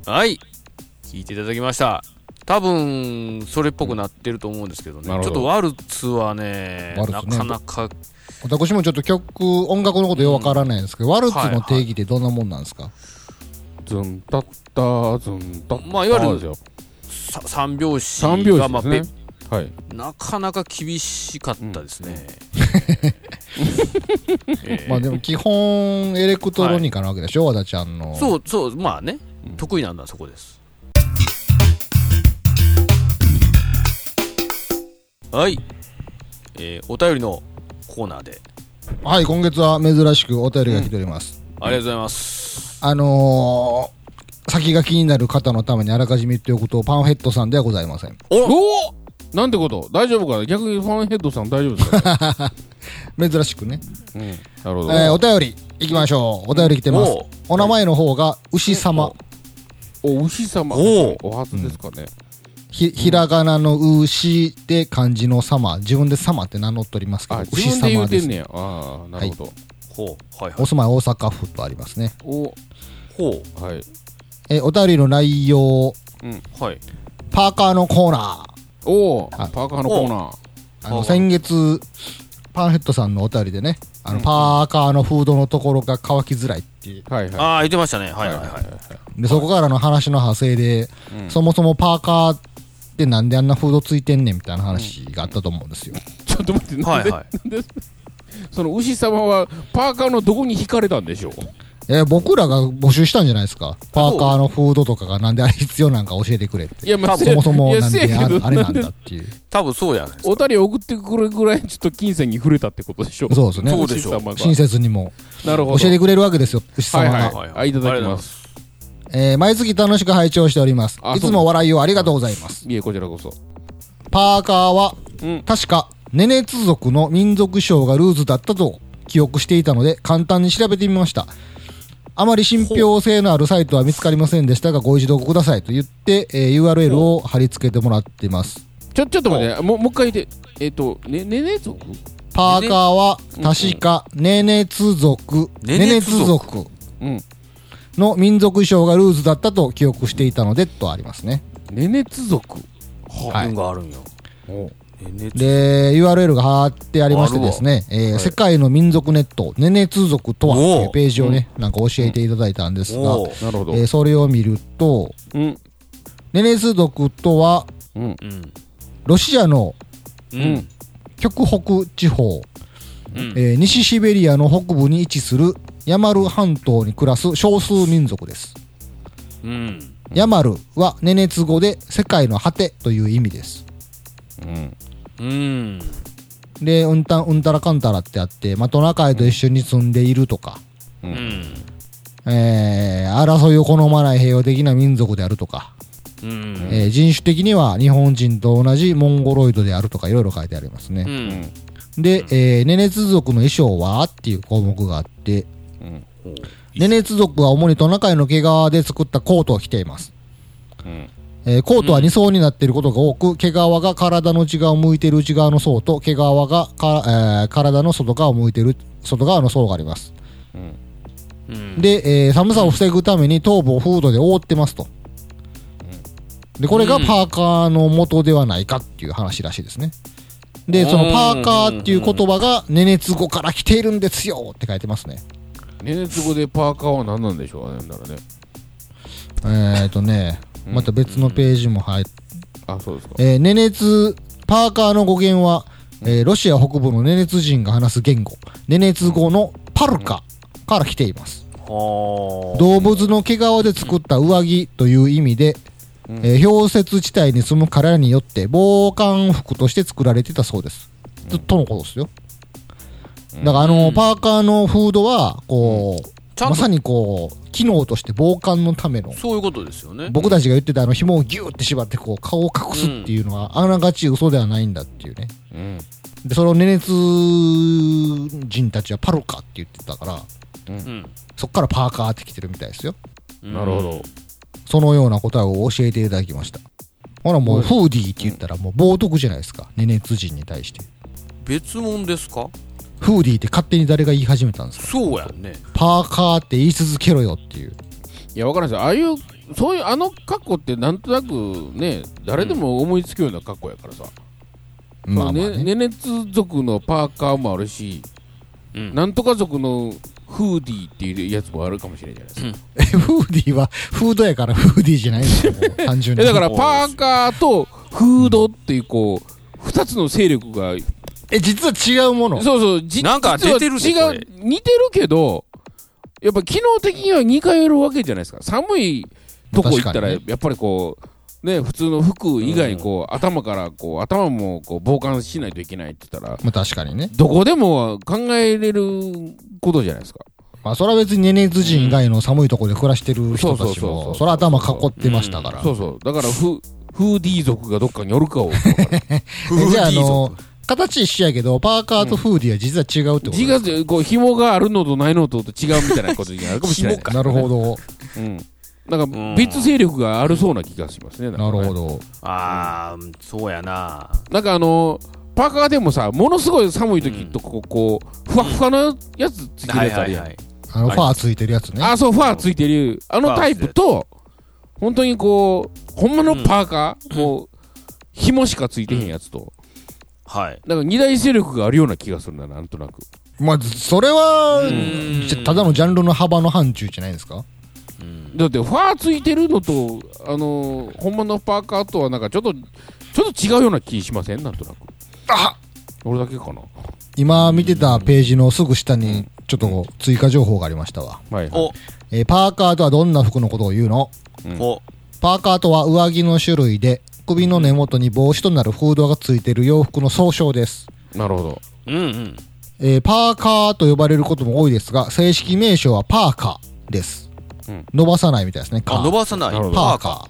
Speaker 5: はい、聞いていただきました。多分それっぽくなってると思うんですけどね。
Speaker 4: なる
Speaker 5: ちょ
Speaker 4: ほ
Speaker 5: っ
Speaker 4: ど
Speaker 5: とワルツはね、
Speaker 3: ワル
Speaker 5: な
Speaker 3: ツね
Speaker 5: かなか
Speaker 3: 私もちょっと曲、音楽のことよくわからないんですけど、ワルツの定義ってどんなもんなんですか
Speaker 4: ズンタッタズンタッタ
Speaker 5: まあいわゆる
Speaker 4: ですよ
Speaker 5: さ三拍子が
Speaker 4: 三拍子ですね
Speaker 5: まあペ
Speaker 4: はい。
Speaker 5: なかなか厳しかったですね。 *laughs* ええ
Speaker 3: まあでも基本エレクトロニカなわけでしょ、和田ちゃんの。
Speaker 5: そうそうまあね、
Speaker 4: うん
Speaker 5: 得意なんだそこですはい、えーお便りのコーナーで
Speaker 3: はい、今月は珍しくお便りが来ております。
Speaker 5: ありがとうございます、
Speaker 3: あのー、先が気になる方のためにあらかじめ言っておくと、パンフェットさんではございません。
Speaker 4: おおなんてこと大丈夫かな逆にファンヘッドさん大丈夫です
Speaker 5: *laughs*
Speaker 4: か
Speaker 3: 珍しくね。
Speaker 4: うん。なるほど。
Speaker 3: えーお便り、行きましょう。お便り来てます
Speaker 5: おう。
Speaker 3: お名前の方が、牛様。
Speaker 4: お、牛様。
Speaker 5: おー
Speaker 4: お初ですかね。
Speaker 3: ひ、ひらがなの牛で漢字の様。自分で様って名乗っておりますけど
Speaker 4: あ、、
Speaker 3: 牛
Speaker 4: 自分で言
Speaker 3: 様
Speaker 4: うて
Speaker 3: です
Speaker 4: ん。ねや。ああ、なるほど。
Speaker 5: ほうはいは
Speaker 3: お
Speaker 5: い
Speaker 3: 住まい大阪府とありますね。
Speaker 4: お、
Speaker 5: ほ
Speaker 4: はい。
Speaker 3: えーお便りの内容、
Speaker 5: うはい
Speaker 3: パーカーのコーナー。
Speaker 4: おー
Speaker 3: あ
Speaker 4: パーカーのコーナー。
Speaker 3: あ
Speaker 5: は
Speaker 3: の
Speaker 5: い
Speaker 3: 先月パンヘッドさんのお便りでねあのパーカーのフードのところが乾きづらいっていう
Speaker 4: はいはい。
Speaker 5: ああ言ってましたねはいはいはい、
Speaker 3: でそこからの話の派生で、
Speaker 4: うん
Speaker 3: そもそもパーカーってなんであんなフードついてんねんみたいな話があったと思うんですよ、
Speaker 4: ちょっと待って、
Speaker 5: は
Speaker 4: な
Speaker 5: い
Speaker 4: んで
Speaker 5: はい
Speaker 4: その牛様はパーカーのどこに惹かれたんでしょう
Speaker 3: えー僕らが募集したんじゃないですかパーカーのフードとかがなんであれ必要なんか教えてくれって
Speaker 4: いや、まあ、
Speaker 5: 多分
Speaker 3: そもそも
Speaker 4: いや
Speaker 3: なん
Speaker 4: せや
Speaker 3: で
Speaker 4: け
Speaker 3: あ
Speaker 4: ど
Speaker 3: あれなんだっていう
Speaker 5: *laughs* 多分そうやね
Speaker 4: おたり送ってくるぐらいちょっと金銭に触れたってことでしょ
Speaker 3: そうですね
Speaker 5: そうでしょう
Speaker 4: おじさま
Speaker 3: 親
Speaker 4: が
Speaker 3: 切にも
Speaker 4: なるほ
Speaker 3: 教
Speaker 4: ど。
Speaker 3: えてくれるわけですよ牛様
Speaker 4: は
Speaker 3: が、
Speaker 4: いは
Speaker 5: は
Speaker 4: い。
Speaker 5: いはい
Speaker 4: あいただきます。
Speaker 3: えー毎月楽しく拝聴しております
Speaker 4: あ
Speaker 3: いつも笑いをありがとうございます
Speaker 4: いえ、こちらこそ。
Speaker 3: パーカーは、
Speaker 4: うん
Speaker 3: 確か、ネネツ族の民族商がルーズだったと記憶していたので、簡単に調べてみました。あまり信憑性のあるサイトは見つかりませんでしたが、ご一読くださいと言って、えー URL を貼り付けてもらっています。
Speaker 4: ちょ、ちょっと待って、もう、もう一回言って。えっと、ね、ねね族
Speaker 3: パーカーは、確か、ネネツ族、
Speaker 5: ネ
Speaker 3: ネ
Speaker 5: ネ
Speaker 3: ネ
Speaker 5: ツ
Speaker 3: ツ
Speaker 5: 族
Speaker 3: 族
Speaker 4: うん。
Speaker 3: の民族商がルーズだったと記憶していたので、とありますね。
Speaker 4: ねね族。
Speaker 5: はい運があるんよえね
Speaker 3: で、URL が貼ってありましてですね、えー世界の民族ネット、ネネ通族とはっていうページをね、なんか教えていただいたんですが、
Speaker 5: おー
Speaker 4: なるほど。
Speaker 3: えーそれを見ると、
Speaker 4: うん。
Speaker 3: ネネ通族とは、
Speaker 4: うん。
Speaker 5: うん
Speaker 3: ロシアの
Speaker 5: うん
Speaker 3: 極北地方、
Speaker 5: うん
Speaker 3: えー西シベリアの北部に位置するヤマル半島に暮らす少数民族です。
Speaker 5: うん
Speaker 3: ヤマルはネネツ語で世界の果てという意味です。
Speaker 4: うん。
Speaker 5: うん
Speaker 3: で、うんたうんたらかんたらってあって、まあ、トナカイと一緒に住んでいるとか、
Speaker 5: うん
Speaker 3: えー争いを好まない平和的な民族であるとか、
Speaker 5: うん
Speaker 3: えー人種的には日本人と同じモンゴロイドであるとかいろいろ書いてあります
Speaker 5: う
Speaker 3: ね、
Speaker 5: ん
Speaker 3: で、えーネネツ族の衣装はっていう項目があって
Speaker 4: うん。
Speaker 3: ネネツ族は主にトナカイの毛皮で作ったコートを着ています、
Speaker 4: うん。
Speaker 3: えーコートは2層になっていることが多く毛皮が体の内側を向いている内側の層と毛皮がか、えー体の外側を向いている外側の層があります
Speaker 4: うん。
Speaker 5: うん
Speaker 3: で、えー寒さを防ぐために頭部をフードで覆ってますと。で、これがパーカーの元ではないかっていう話らしいですね。で、そのパーカーっていう言葉が、ネネツ語から来ているんですよって書いてますね。
Speaker 4: ねね語でパーカーは何なんでしょうなんだろうね。
Speaker 3: えっ、ー、とね、また別のページも入って、
Speaker 4: あ、そうですか。
Speaker 3: えー、ネネツ、パーカーの語源は、えーロシア北部のネネツ人が話す言語、ネネツ語のパルカから来ています。
Speaker 5: はあ
Speaker 3: 動物の毛皮で作った上着という意味で、えー氷雪地帯に住む彼らによって防寒服として作られてたそうです。ずっとのことですよ。だからあのーパーカーのフードは、こ
Speaker 5: ち
Speaker 3: う、
Speaker 5: ゃん
Speaker 3: ま
Speaker 5: と
Speaker 3: さにこう、機能として防寒のための、
Speaker 5: そういうことですよね
Speaker 3: 僕たちが言ってたあの紐をギューって縛ってこう顔を隠すっていうのは、あながち嘘ではないんだっていうね。
Speaker 4: うん。
Speaker 3: で、それをネネツ人たちはパルカって言ってたから、
Speaker 5: うん
Speaker 3: そっからパーカーって来てるみたいですよ。
Speaker 4: なるほど。
Speaker 3: そのような答えを教えていただきました。ほらもう、フーディーって言ったらもう冒涜じゃないですか。ネネツ人に対して。
Speaker 5: 別物ですか
Speaker 3: フーディーって勝手に誰が言い始めたんですか
Speaker 5: そうやんね
Speaker 3: パーカーって言い続けろよっていう。
Speaker 4: いや、わからないですああいう、そういう、あの格好ってなんとなくね、誰でも思いつくような格好やからさ。
Speaker 3: まあまあ
Speaker 4: ね
Speaker 3: ね。
Speaker 4: ネネツ族のパーカーもあるし、
Speaker 5: うん
Speaker 4: なんとか族のフーディーっていうやつもあるかもしれないじゃないですか。
Speaker 3: えフーディーはフードや
Speaker 4: *laughs*
Speaker 3: からフーディーじゃないんですよ。単純
Speaker 4: え
Speaker 3: に。
Speaker 4: だからパーカーとフードっていうこう、二つの勢力が、
Speaker 3: え、実は違うもの。
Speaker 4: そうそう、じ
Speaker 5: なんか出てる
Speaker 4: 実
Speaker 5: し
Speaker 4: は
Speaker 5: こ
Speaker 4: 違
Speaker 5: れ
Speaker 4: う、似てるけど、やっぱ機能的には似通えるわけじゃないですか。寒いとこ行った、
Speaker 3: 確からに
Speaker 4: や
Speaker 3: ね
Speaker 4: っぱりこう、ね、普通の服以外にこう、頭からこう、頭もこう、防寒しないといけないって言ったら、
Speaker 3: まあ確かにね。
Speaker 4: どこでも考えれることじゃないですか。
Speaker 3: まあそれは別にネネズ人以外の寒いところで暮らしてる人た
Speaker 4: そ
Speaker 3: ち
Speaker 4: うそうそうそ
Speaker 3: も、
Speaker 4: う
Speaker 3: それは頭囲ってましたから。
Speaker 4: そうそう。だから、フ、フーディー族がどっかにおるかを。分かる
Speaker 3: えじゃああの、形一緒やけど、パーカーとフーディは実は違うってこと
Speaker 4: 字が、こう、紐があるのとないのとと違うみたいなことになるかもしれない。
Speaker 5: 紐か
Speaker 3: なるほど。
Speaker 4: うん。なんか、別勢力があるそうな気がしますね。
Speaker 3: なる
Speaker 4: ど
Speaker 3: ほど。
Speaker 5: あーそうやな
Speaker 4: なんかあのパーカーでもさ、ものすごい寒い時とこう、こう、ふわふわのやつついてる
Speaker 5: はい
Speaker 4: やつあ
Speaker 5: は
Speaker 4: る
Speaker 5: い
Speaker 4: やん。
Speaker 5: はい
Speaker 3: あの、ファーついてるやつね。
Speaker 4: あ、そう、ファーついてる、あのタイプと、本当にこう、ほんまのパーカー、もう、紐しかついてへんやつと、
Speaker 5: はい
Speaker 4: なんか二大勢力があるような気がするな、なんとなく。
Speaker 3: まあ、それは、
Speaker 5: ん
Speaker 3: じゃただのジャンルの幅の範疇じゃないですか
Speaker 5: うん
Speaker 4: だって、ファーついてるのと、あのほんまのパーカーとは、なんかちょっと、ちょっと違うような気しませんなんとなく。
Speaker 3: あ
Speaker 4: 俺だけかな。
Speaker 3: 今見てたページのすぐ下に、ちょっと追加情報がありましたわ。
Speaker 4: はい、はい。
Speaker 5: お
Speaker 3: えーパーカーとはどんな服のことを言うの
Speaker 5: お
Speaker 3: パーカーとは上着の種類で、首の根元に帽子となるフードがついている洋服の総称です。
Speaker 4: なるほど。
Speaker 5: うんうん
Speaker 3: えーパーカーと呼ばれることも多いですが、正式名称はパーカーです。
Speaker 4: うん
Speaker 3: 伸ばさないみたいですね。カ
Speaker 5: あ
Speaker 3: ー
Speaker 5: 伸ばさない
Speaker 4: なるほど
Speaker 3: パ
Speaker 5: パ
Speaker 3: ー
Speaker 5: ー
Speaker 3: カ
Speaker 5: カ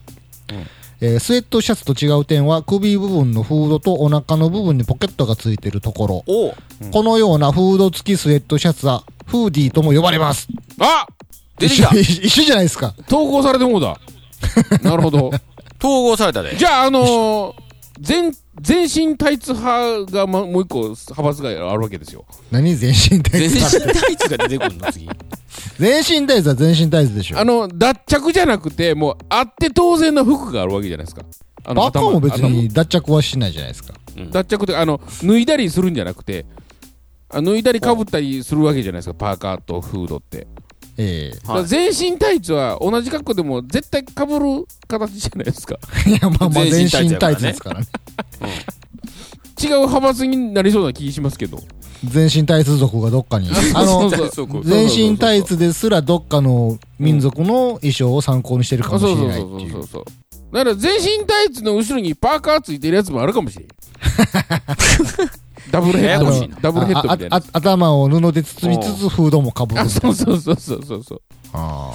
Speaker 3: ー。
Speaker 4: うん
Speaker 3: えースウェットシャツと違う点は首部分のフードとお腹の部分にポケットがついているところ、
Speaker 5: ーお
Speaker 4: ん
Speaker 3: このようなフード付きスウェットシャツはフーディーとも呼ばれます
Speaker 4: あ
Speaker 5: 出てきた
Speaker 3: 一緒一緒じゃないですか
Speaker 4: 投稿されてもうだ。なるほど。
Speaker 5: 統合されたで
Speaker 4: じゃあ、あのー、全、全身タイツ派が、ま、もう一個派閥があるわけですよ。
Speaker 3: 何全身タイ
Speaker 5: 全
Speaker 3: ツ
Speaker 5: 身タイツが出てくるの次
Speaker 3: 全身タイツは全身タイツでしょ
Speaker 4: あの、脱着じゃなくて、もう、あって当然の服があるわけじゃないですか。あの
Speaker 3: バカも別。
Speaker 4: 頭
Speaker 3: に脱着はしないじゃないですか
Speaker 4: 頭脱着って、あの、脱いだりするんじゃなくて、あ脱いだりかぶったりするわけじゃないですか、パーカーとフードって。
Speaker 3: え
Speaker 4: だから
Speaker 5: はい
Speaker 4: 全身タイツは同じ格好でも絶対かぶる形じゃないですか。
Speaker 3: えいやまあまあ全
Speaker 5: 全
Speaker 3: 身
Speaker 5: 身
Speaker 3: タ
Speaker 5: タ
Speaker 3: イ
Speaker 5: イ
Speaker 3: ツ
Speaker 5: ツ
Speaker 3: で
Speaker 5: や
Speaker 3: すからね
Speaker 4: 違う派閥になりそうな気しますけど。
Speaker 3: 全身タイツ族がどっかにあの
Speaker 4: そう
Speaker 5: そうそう
Speaker 3: 全身タイツですらどっかの民族の衣装を参考にしてるかもしれないって
Speaker 4: そうそう
Speaker 3: い
Speaker 4: そううそうそうだから全身タイツの後ろにパーカーついてるやつもあるかもしれんダブルヘッ
Speaker 5: や
Speaker 4: ド
Speaker 5: やこし
Speaker 4: みたい
Speaker 5: い
Speaker 4: なダブルヘッドみたい
Speaker 3: あ
Speaker 4: な
Speaker 3: ああ頭を布で包みつつフードもかぶる
Speaker 4: あ
Speaker 3: みたい
Speaker 4: そ
Speaker 3: な
Speaker 4: うそうそうそうそうそう
Speaker 3: あ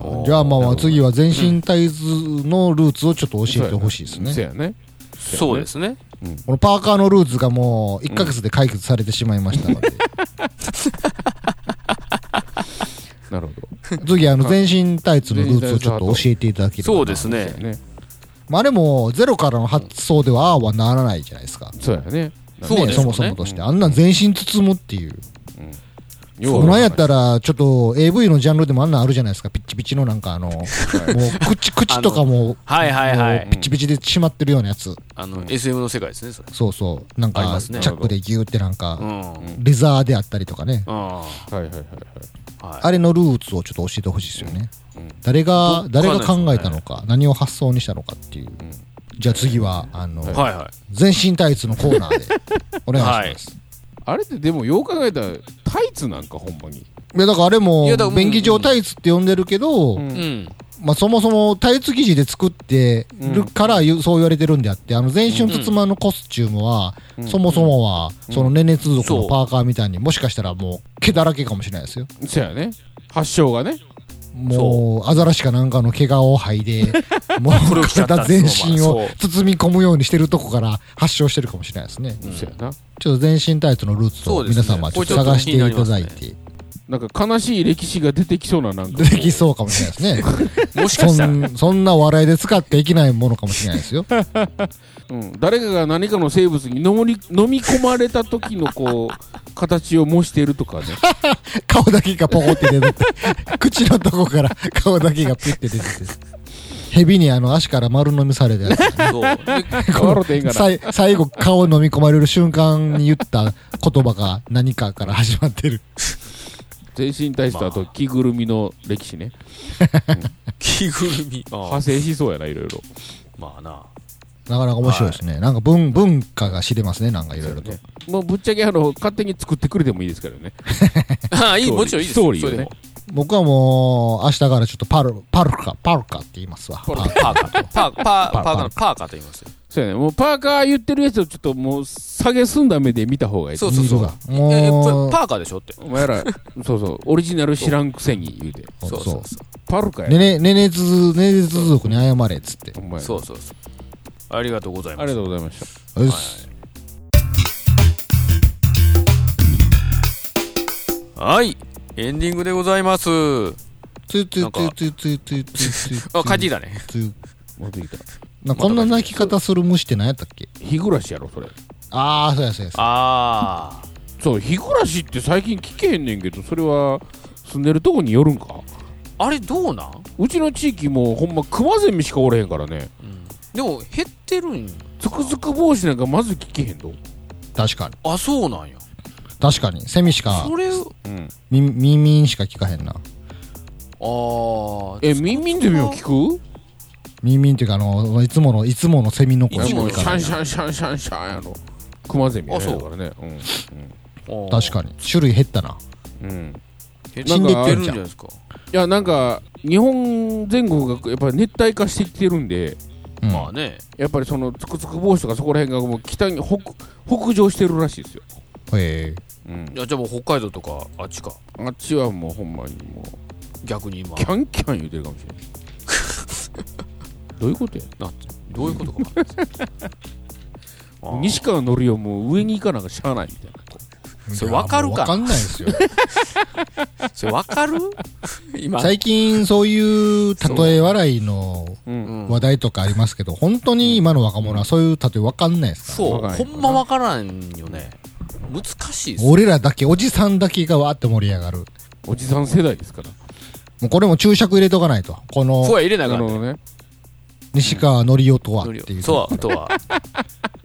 Speaker 5: お
Speaker 3: ー
Speaker 5: ー
Speaker 3: じゃあまあまあ次は全身タイツのルーツをちょっと教えてほしいです
Speaker 4: そう
Speaker 3: ね。
Speaker 4: やね
Speaker 5: そうですね
Speaker 3: このパーカーのルーツがもう1ヶ月で解決されてしまいましたので。
Speaker 4: なるほど
Speaker 3: 次あの全身タイツのルーツをちょっと教えていただければ。
Speaker 5: そうです
Speaker 4: そうや
Speaker 5: ね
Speaker 4: ね
Speaker 3: まあでもゼロからの発想ではああはならないじゃないですか。
Speaker 4: そうやね
Speaker 5: そうですよ
Speaker 3: そ
Speaker 5: ね
Speaker 3: もそもとして。あんなん全身包むっていう。
Speaker 4: よ
Speaker 3: こ
Speaker 4: う
Speaker 3: のやったら、ちょっと AV のジャンルでもあんなんあるじゃないですか。ピッチピチのなんかあの、もう口、口とかも、
Speaker 5: はいはいは
Speaker 3: も
Speaker 5: いう
Speaker 3: ピチピチでしまってるようなやつ。
Speaker 5: あの SM の世界ですねそれ
Speaker 3: そうそう。なん
Speaker 5: あり
Speaker 3: か、
Speaker 5: ます
Speaker 3: チ
Speaker 5: ね
Speaker 3: ャックでギューってなんか
Speaker 5: う、んうん
Speaker 3: レザーであったりとかね、
Speaker 5: は
Speaker 4: はいはいはいはい
Speaker 5: い
Speaker 3: あれのルーツをちょっと教えてほしいですよね。誰が、
Speaker 5: どっ
Speaker 3: 誰
Speaker 5: からで
Speaker 3: が
Speaker 5: すよね
Speaker 3: 考えたのか、何を発想にしたのかっていう。じゃあ次は、あの、
Speaker 5: はいはい
Speaker 3: 全身タイツのコーナーでお願いします。
Speaker 4: あれってでもよう考えたらタイツなんかほんまに
Speaker 3: い、やだからあれも
Speaker 5: いやだからうん
Speaker 3: 便宜上タイツって呼んでるけど、
Speaker 4: うん
Speaker 5: うん
Speaker 3: まあ、そもそもタイツ生地で作ってるから言う、そう言われてるんであってあの全身包まのコスチュームは、そもそもは、そのネネ通族のパーカーみたいにもしかしたらもう毛だらけかもしれないですよ
Speaker 4: そうやね発祥がね
Speaker 3: もうアザラシかなんかの毛皮を剥
Speaker 5: *laughs*
Speaker 3: いでも
Speaker 5: これ
Speaker 3: う
Speaker 5: を着ちゃった
Speaker 3: 体
Speaker 5: んで
Speaker 3: 全
Speaker 5: すよ
Speaker 3: 身
Speaker 5: お
Speaker 3: を
Speaker 5: 前そう
Speaker 3: 包み込むようにしてるとこから発症してるかもしれないですね、
Speaker 4: そうやな
Speaker 3: ちょっと全身タイツのルーツ
Speaker 5: そ
Speaker 3: を
Speaker 5: うですね
Speaker 3: 皆様ちょ
Speaker 5: これ
Speaker 3: っと
Speaker 5: ちょっと
Speaker 3: 探していただい
Speaker 5: 気
Speaker 3: て、
Speaker 4: なんか悲しい歴史が出てきそうななんか
Speaker 3: 出てきそうかもしれないですね
Speaker 5: *laughs* もしか
Speaker 3: そ
Speaker 5: したら
Speaker 3: んそんな笑いで使っていけないものかもしれないですよ
Speaker 4: うん、誰かが何かの生物に飲み飲み込まれた時の
Speaker 5: *laughs*
Speaker 4: こう形を模しているとかね
Speaker 3: 顔だけがポコって出てて口のとこから顔だけがピッて出てて蛇にあの足から丸飲みされたやつ
Speaker 5: そうで
Speaker 4: 笑っていいか
Speaker 3: さい最後顔を飲み込まれる瞬間に言った言葉が何かから始まってる
Speaker 4: 全身体質とあと着ぐるみの歴史ね
Speaker 5: 着ぐるみあ
Speaker 4: 派生しそうやないろいろ
Speaker 5: まあな
Speaker 3: なかなか面白いですね。なんか文文化が知れますね、なんかいろいろと。
Speaker 4: もうぶっちゃけあの勝手に作ってくれてもいいですからね。
Speaker 5: ああいいもちろんいいですよ
Speaker 4: ストーリーを
Speaker 5: それでも
Speaker 3: 僕はもう、明日からちょっとパル、パルカ、パルカって言いますわ。
Speaker 5: パーカーとパーパーパーカーのパーカーと言いますよ
Speaker 4: そうやね。もうパーカー言ってるやつをちょっともう下げすんだ目で見た方がいい。
Speaker 5: そうそうそう
Speaker 3: 本当だもう
Speaker 5: ええこれパーカーでしょって
Speaker 4: お
Speaker 5: *laughs*
Speaker 4: 前ら、そうそう、オリジナル知らんくせに言うて。
Speaker 3: そう
Speaker 5: そうそうそう
Speaker 4: パルカや。
Speaker 3: ねね、ねねず、ねねず族に謝れっつって。
Speaker 4: お前
Speaker 5: そうそうそうありがとうござい
Speaker 4: あ
Speaker 5: ま
Speaker 4: り
Speaker 5: す
Speaker 4: がとうございました。
Speaker 3: うっす。
Speaker 5: はいエンディングでございます
Speaker 3: つつつつつつつつ。
Speaker 5: あカジだね
Speaker 3: つ
Speaker 4: 持ってきた。
Speaker 3: なこんな泣き方する虫って何やったっけ
Speaker 4: 日暮らしやろ、それ。
Speaker 3: ああ、そうやそうやそう
Speaker 5: あ
Speaker 4: そう、日暮らしって最近聞けへんねんけど、それは住んでるとこによるんか
Speaker 5: *laughs* ああれどうなん
Speaker 4: うちの地域もうほんまクマゼミしかおれへんからね。
Speaker 5: でも減ってるん
Speaker 4: つくづく帽子なんかまず聞けへんと。
Speaker 3: や。確かに。
Speaker 5: あそうなんや
Speaker 3: 確かに。セミしか
Speaker 5: そ、れ
Speaker 4: うん。
Speaker 3: み、みみんしか聞かへんな。
Speaker 5: ああ
Speaker 4: え、ミンミンゼミも聞く
Speaker 3: みんみんっていうか、あの、いつもの、いつものセミの
Speaker 4: い
Speaker 3: 声し
Speaker 4: つ
Speaker 3: か
Speaker 4: も
Speaker 3: 聞
Speaker 4: のシャ
Speaker 3: かへ
Speaker 4: ン
Speaker 3: ん
Speaker 4: シ
Speaker 3: な。
Speaker 4: ャンシャンシャンシャンやろ。クマゼミやね
Speaker 5: あそう
Speaker 4: だからね。うん。
Speaker 5: 確
Speaker 3: 確かに。種類減ったな。
Speaker 4: うん。
Speaker 5: 減
Speaker 4: なんか
Speaker 5: ってるんじゃないですか
Speaker 4: いやなんか日本全国がやっぱり熱帯化してきてるんで
Speaker 3: うん。
Speaker 5: まあね
Speaker 4: やっぱりそのつくつく帽子とかそこら辺がもう北に北北上してるらしいですよ、
Speaker 3: へえ。
Speaker 4: うん
Speaker 5: い、やじゃあもう北海道とかあっちか
Speaker 4: あっちはもうほんまにも
Speaker 5: 逆に今
Speaker 4: うキャンキャン言うてるかもしれ
Speaker 5: *laughs*
Speaker 4: ないどういうことや
Speaker 5: どういうことかわかんないですあー
Speaker 4: 西川のりおも上に行かなきゃしゃあないみたいな
Speaker 5: それわかるか
Speaker 3: いやもうわかんないですよ。
Speaker 5: それわかる今
Speaker 3: 最近そういう例え笑いの
Speaker 4: うん
Speaker 5: うん
Speaker 3: 話題とかありますけど、本当に今の若者はそういう例えわかんないですか
Speaker 5: そ
Speaker 4: わ
Speaker 5: う
Speaker 4: からへ
Speaker 5: ほ
Speaker 4: ん
Speaker 5: んまわからんよね難しいっ
Speaker 3: ら
Speaker 5: す
Speaker 3: 俺らだけ、おじさんだけがわーって盛り上がる。
Speaker 4: おじさん世代ですから
Speaker 3: もうこれも注釈入れとかないと。この
Speaker 5: 声入れな
Speaker 4: な
Speaker 5: が
Speaker 4: るほ
Speaker 5: ら
Speaker 4: どね
Speaker 3: 西川のりおとはっ
Speaker 5: ノリ
Speaker 3: てい
Speaker 5: を
Speaker 3: う。
Speaker 5: そうあとは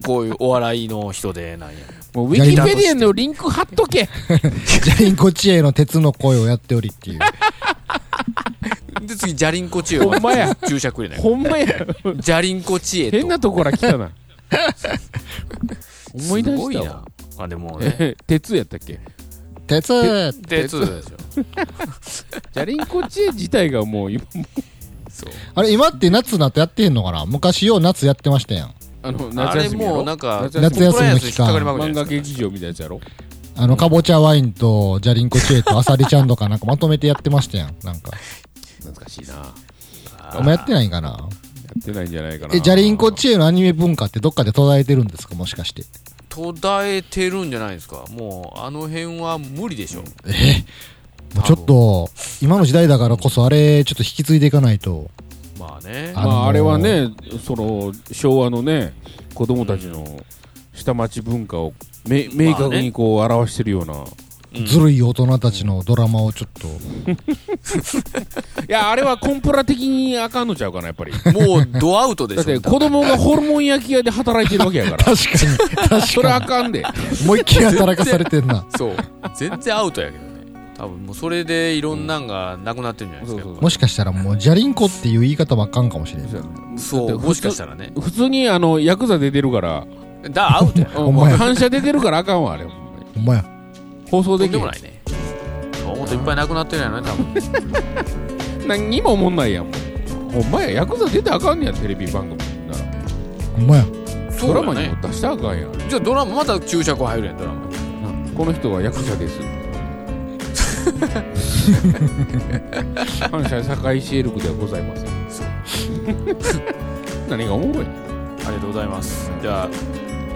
Speaker 5: こういうお笑いの人でなんや
Speaker 4: もうウィキペディアのリンク貼っと
Speaker 5: *laughs*
Speaker 4: け
Speaker 3: ジ *laughs* ャリンコ知恵の鉄の声をやっておりっていう。
Speaker 5: で次じゃりんこ知恵を
Speaker 4: ほんまや
Speaker 5: 注釈入れない
Speaker 4: ほんまや
Speaker 5: じゃりんこ知恵と
Speaker 4: *laughs* 変なとこから来たな思い
Speaker 5: *laughs*
Speaker 4: 出
Speaker 5: すご
Speaker 4: し
Speaker 5: い
Speaker 4: た
Speaker 5: な
Speaker 4: わ
Speaker 5: あでもね
Speaker 4: 鉄やったっけ
Speaker 3: 鉄
Speaker 5: 鉄ですよ
Speaker 4: じゃりんこ知恵自体がも
Speaker 5: *laughs*
Speaker 4: う今
Speaker 5: そう
Speaker 3: あれ今って夏になってやってへんのかな昔よう夏やってましたやん。
Speaker 4: あの夏
Speaker 5: あれ
Speaker 4: 休みやろ
Speaker 5: もうなんか
Speaker 4: 夏休み
Speaker 3: 夏休
Speaker 5: トライ
Speaker 3: みの期間
Speaker 5: アル引っかかりまくり
Speaker 4: 漫
Speaker 5: じゃ
Speaker 4: 画
Speaker 5: ないです
Speaker 4: 劇場みたいなやつやろ
Speaker 3: あの、かぼちゃワインと、じゃりんこ知恵と、あさりちゃんとかなんかまとめてやってましたやん。なんか。
Speaker 4: 懐かしいなや
Speaker 5: か
Speaker 3: あんまやってないんかな
Speaker 4: ってないんじゃないかな
Speaker 3: え、じゃりんこ知恵のアニメ文化ってどっかで途絶えてるんですかもしかして。
Speaker 5: 途絶えてるんじゃないですかもうあの辺は無理でしょ
Speaker 3: もうちょっと、今の時代だからこそ、あれ、ちょっと引き継いでいかないと。
Speaker 5: まあね
Speaker 4: まあ
Speaker 3: あのー
Speaker 4: あれはねその昭和のね子供たちの下町文化をめ明確にこう表してるような
Speaker 5: うん
Speaker 3: ずるい大人たちのドラマをちょっと、
Speaker 4: いやあれはコンプラ的にあかんのちゃうかなやっ *laughs* ぱりだ
Speaker 5: もうドアウトでし
Speaker 4: *laughs*
Speaker 5: ょ
Speaker 4: って
Speaker 5: 多分
Speaker 4: 子供がホルモン焼き屋で働いてるわけや *laughs* から
Speaker 3: 確かに、
Speaker 4: そ
Speaker 3: 確
Speaker 4: れ
Speaker 3: か
Speaker 4: あかんで
Speaker 3: に、思いっきり働かされてんな。
Speaker 5: そう全然アウトやけどね多分もうそれでいろんなんがなくなってるんじゃないですか、
Speaker 3: もしかしたらもう、じゃりんこっていう言い方ばっかんかもしれん。
Speaker 5: そう
Speaker 4: だって
Speaker 5: もしかしたらね
Speaker 4: 普通にあのヤクザ出てるから
Speaker 5: だアウト
Speaker 4: *laughs*
Speaker 5: や
Speaker 4: うん
Speaker 3: ほんまや
Speaker 4: 反射出てるからあかんわあれほんまに
Speaker 3: ほんまや。
Speaker 4: 放送
Speaker 5: と
Speaker 4: で
Speaker 5: ん
Speaker 4: き
Speaker 5: で
Speaker 4: へん
Speaker 5: もないねもっといっぱいなくなってるんやろね多分
Speaker 4: 何にも思んないやんもうほんまやヤクザ出てあかんねやテレビ番組なら、
Speaker 3: ほんまや。
Speaker 5: *laughs* そ
Speaker 4: ド
Speaker 5: う
Speaker 4: ラ
Speaker 5: だ
Speaker 4: マに
Speaker 5: ね
Speaker 4: も出したらあかんやん
Speaker 5: じゃあドラマまた注釈入るやんドラマに
Speaker 4: この人はヤクザです *laughs* 反社堺市営力ではございません *laughs* 何がおもろい
Speaker 5: ありがとうございますじゃあ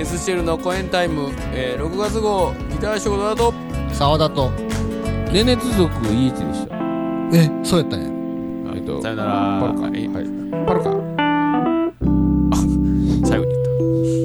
Speaker 5: SCL の公演タイム、えー6月号ギター仕事だと
Speaker 3: 沢田と、
Speaker 4: ねねつ族イエチでした
Speaker 3: え、そうやったね。
Speaker 4: えっと
Speaker 5: さよな
Speaker 4: パ
Speaker 5: ら
Speaker 4: ルカ
Speaker 5: はい
Speaker 4: パルカ
Speaker 5: 最後に言った